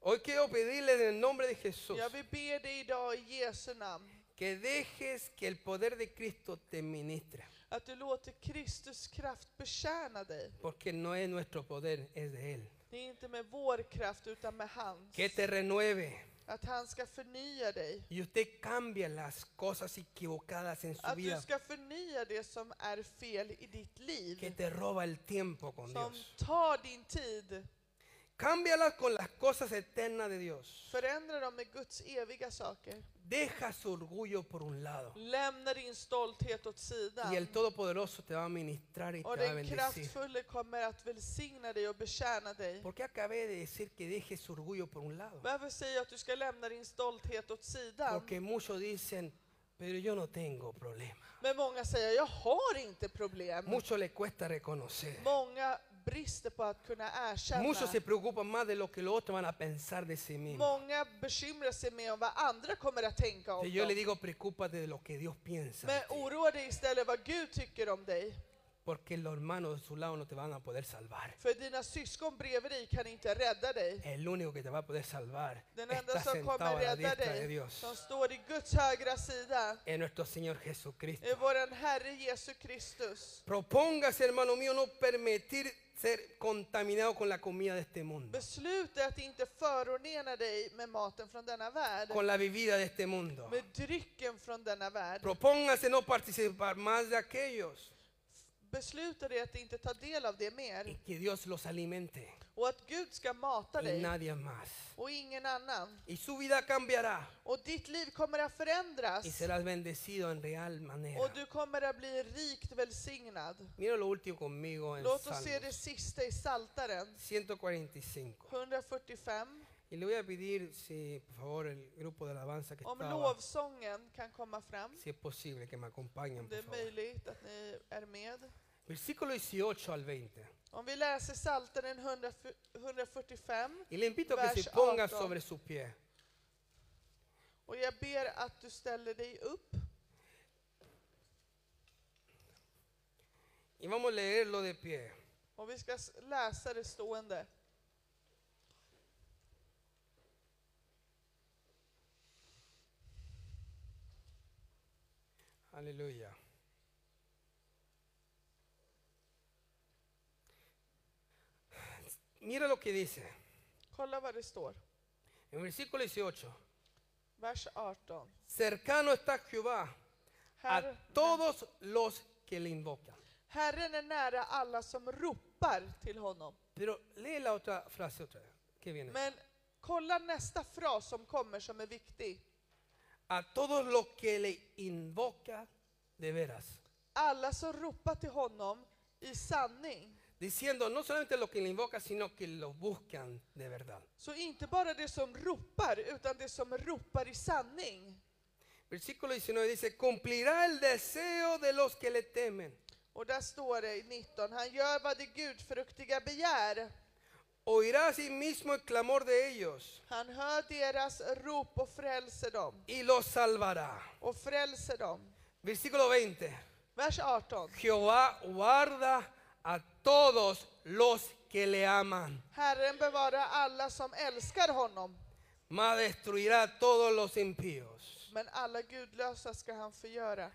Speaker 1: Hoy quiero pedirle en el nombre de Jesús
Speaker 2: Jag vill be dig idag i Jesu namn
Speaker 1: que dejes que el poder de Cristo te ministre,
Speaker 2: att du låter Kristus kraft betjäna dig.
Speaker 1: porque no es nuestro poder, es de Él.
Speaker 2: Det är inte med vår kraft utan med hans.
Speaker 1: Que te renueve
Speaker 2: Att han ska förnya dig.
Speaker 1: y usted cambie las cosas equivocadas en su
Speaker 2: Att du
Speaker 1: vida
Speaker 2: ska förnya det som är fel i ditt
Speaker 1: que
Speaker 2: liv.
Speaker 1: te roba el tiempo con
Speaker 2: Som
Speaker 1: Dios.
Speaker 2: tar din tid.
Speaker 1: Cámbialas con las cosas eternas de Dios.
Speaker 2: Förändra dem med Guds eviga saker.
Speaker 1: Deja su orgullo por un lado
Speaker 2: Lämna din stolthet åt
Speaker 1: y el
Speaker 2: sidan.
Speaker 1: Todopoderoso te va a ministrar y te
Speaker 2: Och
Speaker 1: va a
Speaker 2: den
Speaker 1: bendecir.
Speaker 2: kraftfulle kommer att välsigna dig och betjäna dig.
Speaker 1: Porque acabé de decir que deje su orgullo por un lado.
Speaker 2: Varför säger jag att du ska lämna din stolthet åt sidan?
Speaker 1: Porque muchos dicen, pero yo no tengo problema.
Speaker 2: Men många säger, jag har inte problem.
Speaker 1: Mucho le cuesta reconocer.
Speaker 2: Många brister på att kunna
Speaker 1: Muchos se
Speaker 2: erkänna.
Speaker 1: preocupan más de lo que los otros van a pensar de sí mismos.
Speaker 2: Många bekymrar sig med om vad andra kommer att tänka
Speaker 1: Y
Speaker 2: om
Speaker 1: yo
Speaker 2: dem.
Speaker 1: le digo, preocúpate de lo que Dios piensa. de
Speaker 2: Men
Speaker 1: ti,
Speaker 2: oroa dig istället vad Gud tycker om dig.
Speaker 1: Porque los hermanos de su lado no te van a poder salvar.
Speaker 2: För dina syskon bredvid dig kan inte rädda dig.
Speaker 1: El único que te va a poder salvar
Speaker 2: Den
Speaker 1: está
Speaker 2: enda som
Speaker 1: sentado
Speaker 2: kommer
Speaker 1: a la
Speaker 2: rädda
Speaker 1: diestra de
Speaker 2: dig,
Speaker 1: Dios.
Speaker 2: som står i Guds högra sida,
Speaker 1: en nuestro Señor Jesucristo.
Speaker 2: är vår Herre Jesu Kristus.
Speaker 1: Propóngase, hermano mío, no permitir ser contaminado con la comida de este mundo,
Speaker 2: Besluta att inte förorena dig med maten från denna värld,
Speaker 1: con la bebida de este mundo.
Speaker 2: med drycken från denna värld.
Speaker 1: Propóngase no participar más de aquellos
Speaker 2: Besluta dig att inte ta del av det
Speaker 1: y
Speaker 2: mer
Speaker 1: que Dios los alimente
Speaker 2: och att Gud ska mata
Speaker 1: y
Speaker 2: dig
Speaker 1: nadie más.
Speaker 2: och ingen annan.
Speaker 1: Y su vida cambiará
Speaker 2: Och ditt liv kommer att förändras
Speaker 1: y serás bendecido en real
Speaker 2: och
Speaker 1: manera.
Speaker 2: du kommer att bli rikt välsignad.
Speaker 1: Mira lo último conmigo en
Speaker 2: Låt oss se
Speaker 1: Salmo
Speaker 2: det sista i Saltaren
Speaker 1: 145.
Speaker 2: 145.
Speaker 1: Y le voy a pedir, si por favor, el grupo de alabanza que
Speaker 2: Om
Speaker 1: estaba,
Speaker 2: lovsången kan komma fram,
Speaker 1: si es posible, que me
Speaker 2: om
Speaker 1: acompañen,
Speaker 2: det
Speaker 1: por
Speaker 2: är
Speaker 1: favor.
Speaker 2: möjligt att ni är med.
Speaker 1: Versículo 18 al 20.
Speaker 2: Om vi läser Saltaren 100 145
Speaker 1: Y le invito a que se
Speaker 2: Verse
Speaker 1: ponga
Speaker 2: 18.
Speaker 1: sobre sus pies.
Speaker 2: och jag ber att du ställer dig upp
Speaker 1: Y vamos a leerlo de pie.
Speaker 2: och vi ska s- läsa det stående.
Speaker 1: Aleluya. Mira lo que dice
Speaker 2: Kolla vad det står.
Speaker 1: en versículo 18.
Speaker 2: Vers 18.
Speaker 1: Cercano está Jehová a
Speaker 2: Herr,
Speaker 1: todos los que le invocan.
Speaker 2: Herren är nära alla som ropar till honom.
Speaker 1: Pero lee la otra frase otra vez. ¿Qué viene?
Speaker 2: Men kolla nästa fras som kommer som är viktig.
Speaker 1: A todos los que le invocan de veras.
Speaker 2: Alla som ropar till honom i sanning.
Speaker 1: Diciendo no solamente los que le invocan, sino que los buscan de verdad.
Speaker 2: Så inte bara det som ropar, utan det som ropar i sanning.
Speaker 1: Versículo 19 dice, cumplirá el deseo de los que le temen.
Speaker 2: Och där står det i 19, han gör vad de gudfruktiga begär.
Speaker 1: Oirá a sí mismo el clamor de ellos.
Speaker 2: Han hör deras rop och frälser dem.
Speaker 1: y los salvará.
Speaker 2: Och frälser dem.
Speaker 1: Versículo 20.
Speaker 2: Vers 18.
Speaker 1: Jehová guarda a todos los que le aman,
Speaker 2: Herren bevarar alla som älskar honom,
Speaker 1: mas destruirá a todos los impíos.
Speaker 2: men alla gudlösa ska han förgöra.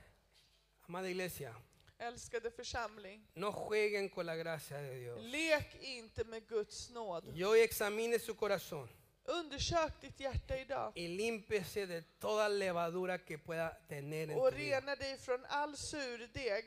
Speaker 1: Amada iglesia,
Speaker 2: Älskade församling,
Speaker 1: no jueguen con la gracia de Dios.
Speaker 2: lek inte med Guds nåd.
Speaker 1: Y hoy examine su corazón
Speaker 2: Undersök ditt hjärta idag
Speaker 1: y límpiese de toda levadura que pueda tener en tu
Speaker 2: och
Speaker 1: vida,
Speaker 2: rena dig från all surdeg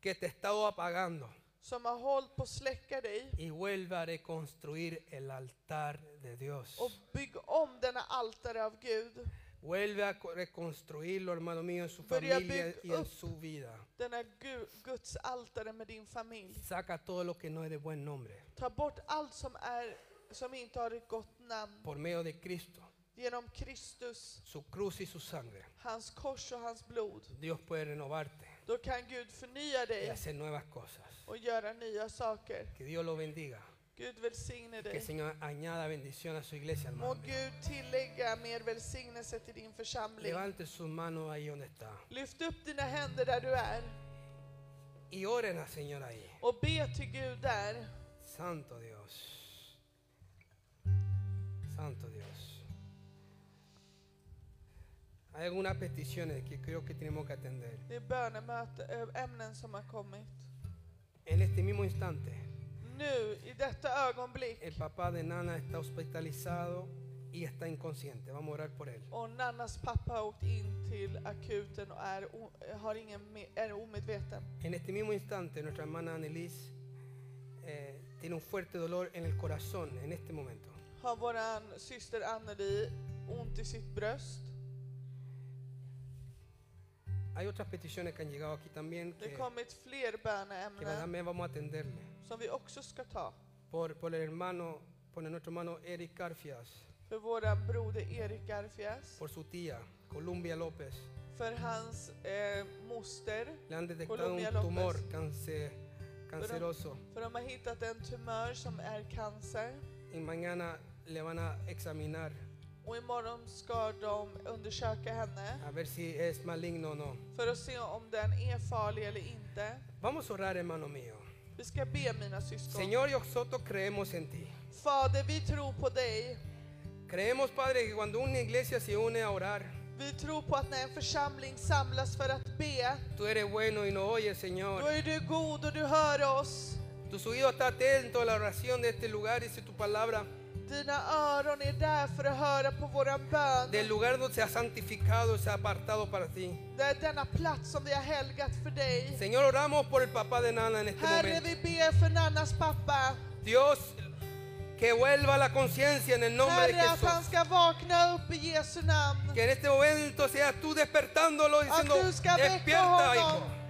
Speaker 1: que te está apagando
Speaker 2: som har hållit på att släcka dig
Speaker 1: y vuelva a reconstruir el altar de Dios.
Speaker 2: och bygg om denna altare av Gud.
Speaker 1: Vuelve a co- reconstruirlo, hermano mío, en su
Speaker 2: Börja
Speaker 1: familia
Speaker 2: bygga
Speaker 1: y en
Speaker 2: upp.
Speaker 1: su vida.
Speaker 2: Denna Gu- Guds altare med din familj.
Speaker 1: Saca todo lo que no es de buen nombre
Speaker 2: Ta bort allt som, är, som inte har ett gott namn
Speaker 1: por medio de Cristo,
Speaker 2: genom Kristus,
Speaker 1: su cruz y su sangre.
Speaker 2: hans kors och hans blod.
Speaker 1: Dios puede renovarte
Speaker 2: Då kan Gud förnya
Speaker 1: y
Speaker 2: dig
Speaker 1: hacer nuevas cosas.
Speaker 2: och göra nya saker.
Speaker 1: Que Dios lo bendiga.
Speaker 2: Gud välsigne
Speaker 1: Que el
Speaker 2: dig.
Speaker 1: Señor añada bendición a su iglesia,
Speaker 2: Må
Speaker 1: hermano. mío.
Speaker 2: Gud tillägga mer välsignelse till din församling.
Speaker 1: Levante sus manos ahí donde está.
Speaker 2: Lyft upp dina händer där du är
Speaker 1: Y oren al Señor ahí.
Speaker 2: och be till Gud där.
Speaker 1: Santo Dios. Santo Dios. Hay algunas peticiones que creo que tenemos que atender.
Speaker 2: Det är bönemöte, ö, ämnen som har kommit.
Speaker 1: En este mismo instante,
Speaker 2: Nu, i detta ögonblick,
Speaker 1: El papá de Nana está hospitalizado y está inconsciente. Vamos a orar por él.
Speaker 2: och Nannas pappa har åkt in till akuten och är, o, har ingen, me- är omedveten.
Speaker 1: En este mismo instante, nuestra hermana Annelies eh, tiene un fuerte dolor en el corazón en este momento.
Speaker 2: Har våran syster Anneli ont i sitt bröst?
Speaker 1: Hay otras peticiones que han llegado aquí también
Speaker 2: Det
Speaker 1: que,
Speaker 2: har kommit fler
Speaker 1: que
Speaker 2: böneämnen
Speaker 1: también vamos a atenderle.
Speaker 2: som vi också ska ta.
Speaker 1: Por, por el hermano, por nuestro hermano Eric Carfias,
Speaker 2: För våran broder Erik Garfias,
Speaker 1: por su tía Columbia López.
Speaker 2: för hans eh, moster,
Speaker 1: Le han detectado
Speaker 2: Columbia
Speaker 1: un
Speaker 2: López.
Speaker 1: tumor cancer- canceroso
Speaker 2: för de har hittat en tumör som är cancer.
Speaker 1: y mañana le van a examinar
Speaker 2: Och imorgon ska de undersöka henne
Speaker 1: a ver si es maligno o no.
Speaker 2: för att se om den är farlig eller inte.
Speaker 1: Vamos a orar, hermano mío.
Speaker 2: Vi ska be mina syskon.
Speaker 1: Señor, nosotros creemos en ti.
Speaker 2: Fader, vi tror på dig.
Speaker 1: Creemos, Padre, que cuando una iglesia se une a orar,
Speaker 2: Vi tror på att när en församling samlas för att be,
Speaker 1: tú eres bueno y nos oyes,
Speaker 2: då
Speaker 1: Señor.
Speaker 2: är du god och du hör oss.
Speaker 1: Tus oídos están atentos a la oración de este lugar, dice tu palabra.
Speaker 2: Dina öron är där för att höra på våran bön.
Speaker 1: del lugar donde se ha santificado, se ha apartado para ti.
Speaker 2: Det är denna plats som vi har helgat för dig.
Speaker 1: Señor, oramos por el papá de Nana en este
Speaker 2: Herre,
Speaker 1: momento.
Speaker 2: vi ber för Nannas pappa.
Speaker 1: Dios, que vuelva la conciencia en el nombre de
Speaker 2: Herre, att han
Speaker 1: Jesús.
Speaker 2: ska vakna upp i Jesu namn.
Speaker 1: Que en este momento seas tú despertándolo diciendo,
Speaker 2: tú buscas
Speaker 1: despierta,
Speaker 2: descojo,
Speaker 1: hijo.
Speaker 2: no.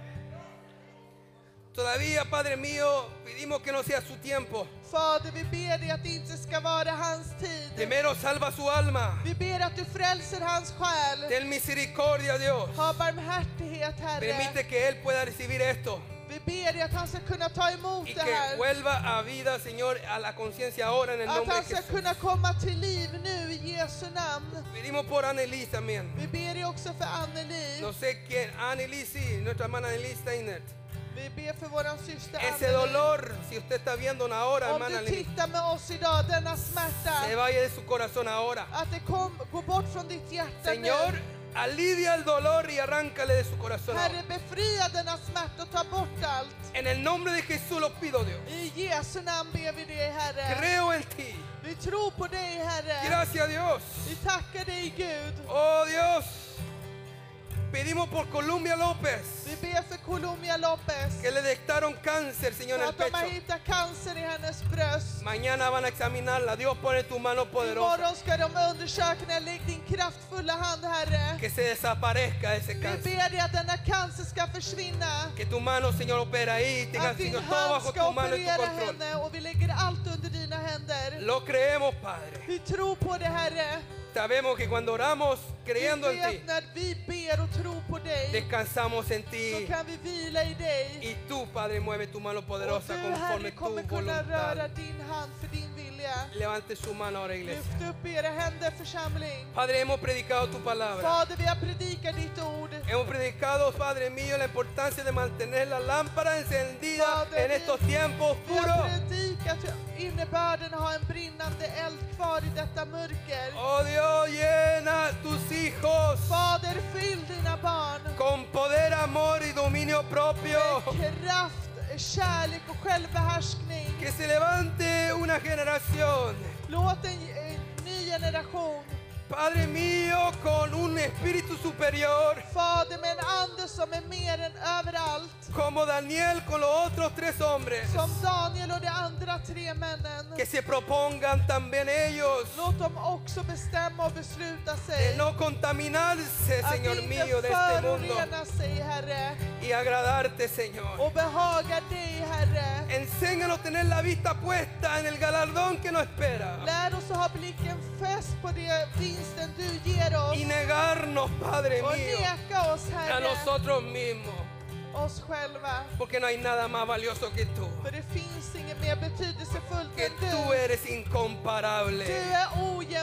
Speaker 1: Todavía, Padre mío, pedimos que no sea su tiempo.
Speaker 2: Fader, vi ber dig att det inte ska vara hans tid.
Speaker 1: Primero salva su alma.
Speaker 2: Vi ber att du frälser hans själ.
Speaker 1: Ten misericordia, Dios.
Speaker 2: Ha barmhärtighet, Herre.
Speaker 1: Permite que Él pueda recibir esto
Speaker 2: Vi ber dig att han ska kunna ta emot
Speaker 1: y
Speaker 2: det
Speaker 1: que
Speaker 2: här.
Speaker 1: vuelva a vida, Señor, a la conciencia ahora en el
Speaker 2: Att
Speaker 1: nombre de
Speaker 2: han ska
Speaker 1: Jesús.
Speaker 2: kunna komma till liv nu i Jesu namn.
Speaker 1: Pedimos por Annelies también.
Speaker 2: Vi ber dig också för Anneli.
Speaker 1: No sé quién, Annelies, sí, nuestra hermana Annelies Steinert.
Speaker 2: Vi ber för våran syster
Speaker 1: Ese
Speaker 2: Anneli.
Speaker 1: dolor, si usted está viendo una hora,
Speaker 2: Om
Speaker 1: hermana
Speaker 2: du
Speaker 1: Annelies,
Speaker 2: tittar med oss idag, denna
Speaker 1: se
Speaker 2: smärta.
Speaker 1: vaya de su corazón ahora.
Speaker 2: Att det kom, går bort från ditt hjärta
Speaker 1: Señor,
Speaker 2: nu.
Speaker 1: alivia el dolor y arráncale de su corazón ahora.
Speaker 2: Herre, befria denna smärta och ta bort allt.
Speaker 1: En el nombre de Jesús lo pido, Dios.
Speaker 2: I Jesu namn ber vi dig, Herre.
Speaker 1: Creo en ti.
Speaker 2: Vi tror på dig, Herre.
Speaker 1: Gracias, Dios.
Speaker 2: Vi tackar dig, Gud.
Speaker 1: Oh, Dios. Pedimos por Columbia López.
Speaker 2: Vi ber för Colombia Lopez.
Speaker 1: que le detectaron cáncer, Señor, en
Speaker 2: För
Speaker 1: el
Speaker 2: att de har
Speaker 1: pecho.
Speaker 2: hittat cancer i hennes bröst.
Speaker 1: Mañana van a examinarla. Dios pone tu mano poderosa.
Speaker 2: Imorgon ska de undersöka när Lägg din kraftfulla hand, Herre.
Speaker 1: Que se desaparezca ese
Speaker 2: Vi
Speaker 1: cáncer.
Speaker 2: ber dig att denna cancer ska försvinna.
Speaker 1: Que tu mano, Señor, opera ahí. Tenga,
Speaker 2: Att din
Speaker 1: Señor, todo
Speaker 2: hand
Speaker 1: bajo
Speaker 2: ska
Speaker 1: tu mano y tu
Speaker 2: operera
Speaker 1: control.
Speaker 2: henne och vi lägger allt under dina händer.
Speaker 1: Lo creemos, Padre.
Speaker 2: Vi tror på det, Herre.
Speaker 1: Sabemos que cuando oramos
Speaker 2: Vi
Speaker 1: creyendo en ti,
Speaker 2: vet när vi ber och tror på dig
Speaker 1: descansamos en
Speaker 2: så
Speaker 1: ti.
Speaker 2: kan vi vila i dig.
Speaker 1: Y tú, Padre, mueve tu mano
Speaker 2: Och
Speaker 1: poderosa
Speaker 2: du, Herre,
Speaker 1: conforme tu
Speaker 2: kommer kunna röra
Speaker 1: voluntad.
Speaker 2: din hand för din vilja.
Speaker 1: Levante su mano ahora, iglesia.
Speaker 2: Lyft upp era händer, församling.
Speaker 1: Padre, hemos predicado tu palabra.
Speaker 2: Fader, vi har predikat ditt ord.
Speaker 1: Hemos predicado, Padre mío, la importancia de mantener la lámpara encendida
Speaker 2: Padre,
Speaker 1: en estos
Speaker 2: vi-
Speaker 1: tiempos
Speaker 2: Vi
Speaker 1: oscuros.
Speaker 2: har predikat hur innebörden har en brinnande eld kvar i detta mörker.
Speaker 1: Oh Dios, llena tus hijos
Speaker 2: Fader, fyll dina barn
Speaker 1: con poder, amor y dominio propio.
Speaker 2: med kraft, kärlek och självbehärskning.
Speaker 1: Que se levante una generación,
Speaker 2: Låt en, en ny generation,
Speaker 1: Padre mío, con un espíritu superior,
Speaker 2: Fader, med en ande som är mer än överallt.
Speaker 1: como Daniel con los otros tres hombres.
Speaker 2: Som Daniel och de andra tre männen.
Speaker 1: Que se propongan también ellos
Speaker 2: Låt dem också bestämma och besluta
Speaker 1: de
Speaker 2: sig.
Speaker 1: no contaminarse,
Speaker 2: Att
Speaker 1: Señor mío,
Speaker 2: inte
Speaker 1: de este mundo
Speaker 2: förorena sig, Herre,
Speaker 1: y agradarte, Señor.
Speaker 2: och behaga dig, Herre.
Speaker 1: Enséñanos a tener la vista puesta en el galardón que nos espera.
Speaker 2: Lär oss att ha blicken fäst på det vinsten du ger
Speaker 1: y
Speaker 2: oss
Speaker 1: negarnos, Padre
Speaker 2: och
Speaker 1: mío,
Speaker 2: neka oss,
Speaker 1: a
Speaker 2: Herre,
Speaker 1: nosotros mismos,
Speaker 2: oss själva.
Speaker 1: porque no hay nada más valioso que tú,
Speaker 2: För det finns inget mer betydelsefullt
Speaker 1: que
Speaker 2: än
Speaker 1: tú
Speaker 2: du.
Speaker 1: eres
Speaker 2: Du
Speaker 1: incomparable.
Speaker 2: är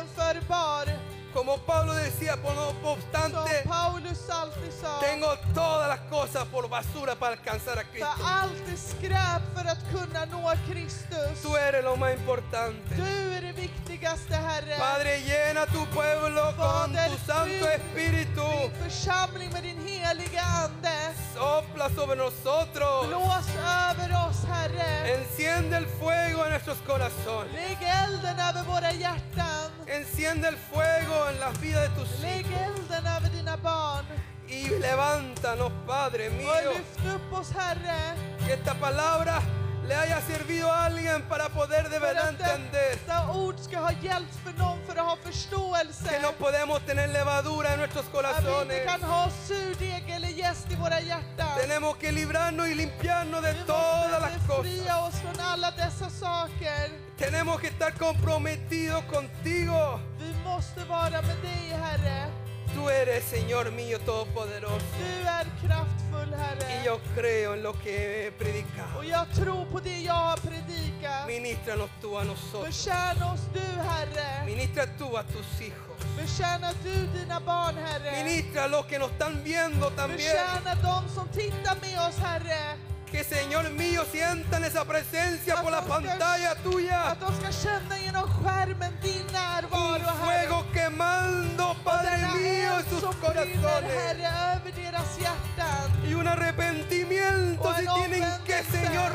Speaker 2: ojämförbar.
Speaker 1: Como Pablo decía, por no obstante,
Speaker 2: Som Paulus alltid sa,
Speaker 1: tengo todas las cosas por basura para alcanzar a
Speaker 2: för
Speaker 1: Cristo.
Speaker 2: allt är skräp för att kunna nå Kristus.
Speaker 1: Tú eres lo más importante.
Speaker 2: Du är det viktigaste, Herre.
Speaker 1: Padre, llena tu pueblo con
Speaker 2: Padre,
Speaker 1: tu Santo
Speaker 2: tú-
Speaker 1: Espíritu.
Speaker 2: Din församling med din heliga Ande.
Speaker 1: Sopla sobre nosotros.
Speaker 2: Blås över oss,
Speaker 1: Eh.
Speaker 2: Herre.
Speaker 1: Enciende el fuego en nuestros corazones.
Speaker 2: Lägg elden över våra hjärtan.
Speaker 1: Enciende el fuego en las vidas de tus hijos.
Speaker 2: Lägg elden över dina barn.
Speaker 1: Y levántanos, Padre mío,
Speaker 2: Och lyft upp oss, Herre.
Speaker 1: que esta palabra le haya servido a alguien para poder de
Speaker 2: För
Speaker 1: verdad
Speaker 2: att
Speaker 1: entender
Speaker 2: detta ord ska ha hjälp för någon för att ha
Speaker 1: que
Speaker 2: förståelse.
Speaker 1: no podemos tener levadura en nuestros
Speaker 2: Att vi inte
Speaker 1: corazones.
Speaker 2: kan ha surdeg eller jäst i våra hjärtan.
Speaker 1: Tenemos que librarnos y limpiarnos de
Speaker 2: Vi
Speaker 1: todas
Speaker 2: måste
Speaker 1: las cosas.
Speaker 2: befria oss från alla dessa saker.
Speaker 1: Tenemos que estar comprometidos contigo.
Speaker 2: Vi måste vara med dig, Herre.
Speaker 1: Tú eres, Señor mío, todopoderoso.
Speaker 2: Du är kraftfull,
Speaker 1: Y
Speaker 2: Herre.
Speaker 1: yo creo en lo que he predicado.
Speaker 2: Och jag tror på det jag har predikat.
Speaker 1: Ministranos tú a nosotros.
Speaker 2: Betjäna oss du, Herre.
Speaker 1: Ministra tú a tus hijos.
Speaker 2: Betjäna du dina barn, Herre.
Speaker 1: Ministra a los que nos están viendo también.
Speaker 2: Betjäna de som tittar med oss, Herre.
Speaker 1: Que Señor mío sientan esa presencia por la pantalla tuya.
Speaker 2: Att de ska känna genom skärmen din
Speaker 1: Un
Speaker 2: närvaro, Herre.
Speaker 1: fuego quemando, Padre
Speaker 2: Denna
Speaker 1: mío, en
Speaker 2: eld
Speaker 1: sus
Speaker 2: som brinner,
Speaker 1: corazones.
Speaker 2: Herre, över deras hjärtan.
Speaker 1: Y un arrepentimiento si tienen que, Señor,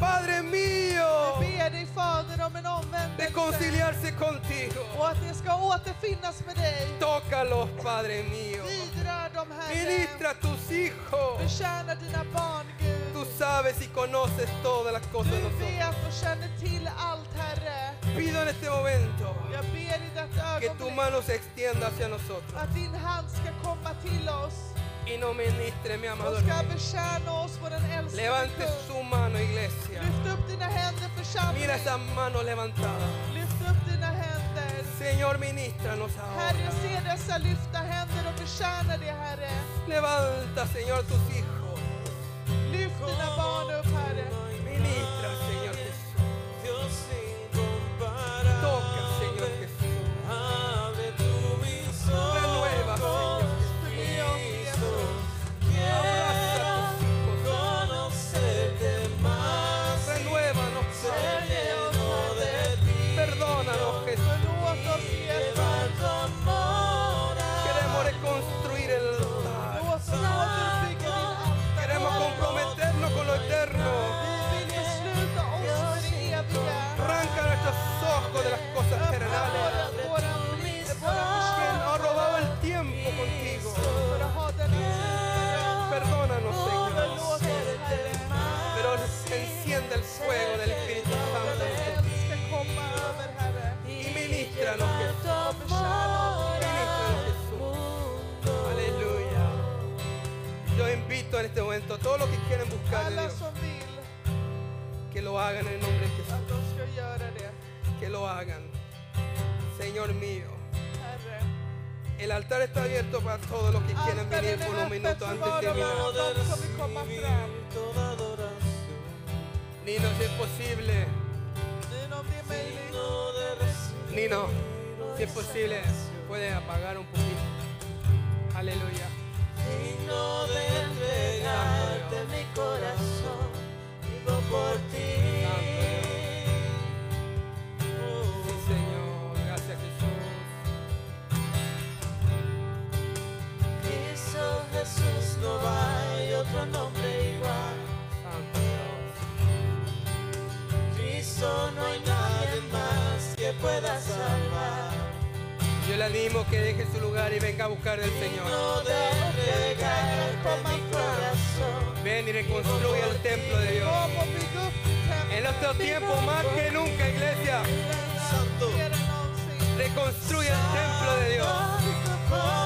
Speaker 1: Padre
Speaker 2: Jag
Speaker 1: mío,
Speaker 2: ber dig Fader om en omvändelse
Speaker 1: reconciliarse contigo.
Speaker 2: och att det ska återfinnas med dig.
Speaker 1: Tócalos, Padre mío.
Speaker 2: Vidrör dem Herre.
Speaker 1: Ministra a tus hijos.
Speaker 2: Betjäna dina barn Gud.
Speaker 1: Tú sabes y conoces todas las cosas de
Speaker 2: Du
Speaker 1: nosotros.
Speaker 2: vet och känner till allt Herre.
Speaker 1: Pido en este momento
Speaker 2: Jag ber i detta
Speaker 1: que tu
Speaker 2: ögonblick
Speaker 1: mano se extienda hacia nosotros
Speaker 2: att din hand ska komma till oss
Speaker 1: y no ministre, mi amado
Speaker 2: och ska
Speaker 1: hermano.
Speaker 2: betjäna oss vår älskade
Speaker 1: Levante
Speaker 2: kung.
Speaker 1: su mano, iglesia.
Speaker 2: Lyft upp dina händer
Speaker 1: Mira
Speaker 2: församling.
Speaker 1: esas manos levantadas.
Speaker 2: Lyft upp dina händer.
Speaker 1: Señor, ministranos
Speaker 2: Herre,
Speaker 1: ahora.
Speaker 2: se dessa lyfta händer och betjäna det Herre.
Speaker 1: Levanta, Señor, tus hijos.
Speaker 2: Lyft dina barn upp Herre.
Speaker 1: Ministra, Señor Jesús.
Speaker 3: Dios incomparable.
Speaker 1: Toca, Señor Jesús.
Speaker 3: Abre tu visor.
Speaker 1: Renueva, Señor Abraza a tus hijos.
Speaker 3: Conocerte más.
Speaker 1: Renuévanos,
Speaker 3: Ser
Speaker 1: Padre.
Speaker 3: lleno de ti.
Speaker 1: Perdónanos, Jesús.
Speaker 2: Förlåt oss Jesus.
Speaker 3: Llevar tu amor a
Speaker 1: Queremos reconstruir el altar.
Speaker 2: Låt oss återuppbygga din altare.
Speaker 1: Queremos comprometernos con lo eterno.
Speaker 2: Vi vill besluta oss för det eviga.
Speaker 1: Arranca nuestros ojos de las cosas
Speaker 2: Öppna
Speaker 1: terrenales.
Speaker 2: våra, våra, våra
Speaker 1: Quien
Speaker 2: förstånd
Speaker 1: nos ha robado el tiempo contigo.
Speaker 2: för att ha denna tid.
Speaker 1: Perdónanos, Señor.
Speaker 2: Förlåt oss Herre.
Speaker 1: Pero enciende el fuego del Espíritu Santo.
Speaker 2: Denna eld ska komma över Herre.
Speaker 1: Y ministranos, Jesús.
Speaker 2: Och betjäna oss.
Speaker 1: Ministranos, Jesús. Aleluya. Yo invito en este momento a todos los que quieren buscar de
Speaker 2: Alla
Speaker 1: Dios,
Speaker 2: som vill
Speaker 1: que lo hagan en el nombre de Jesús.
Speaker 2: att de ska göra det.
Speaker 1: Que lo hagan. Señor mío.
Speaker 2: Herre,
Speaker 1: El altar está abierto para todos los que quieren venir
Speaker 2: altaren
Speaker 1: por unos
Speaker 2: är öppet
Speaker 1: minutos
Speaker 2: för
Speaker 1: antes
Speaker 2: var
Speaker 1: de
Speaker 2: och en
Speaker 1: terminar.
Speaker 2: av dem som vill komma fram.
Speaker 3: toda adoración.
Speaker 1: Nino, si es posible,
Speaker 2: Dyn om det är möjligt.
Speaker 3: Digno de recibir.
Speaker 1: Nino, si es posible, puede apagar un poquito. Aleluya.
Speaker 3: Digno de entregarte mi corazón, vivo por ti.
Speaker 1: Sí, Señor. Gracias, Jesús.
Speaker 3: Cristo Jesús, no hay otro nombre igual.
Speaker 1: Santo Dios.
Speaker 3: Cristo, no hay nadie más que pueda salvar.
Speaker 1: Yo le animo que deje su lugar y venga a buscar del Señor.
Speaker 3: Digno de entregarte mi corazón,
Speaker 1: Ven y reconstruye el templo de Dios.
Speaker 2: Kom och bygg upp templet
Speaker 1: En nuestro tiempo, más que nunca, iglesia,
Speaker 3: Santo.
Speaker 2: mer än någonsin.
Speaker 1: reconstruye el templo de Dios.
Speaker 3: Santo,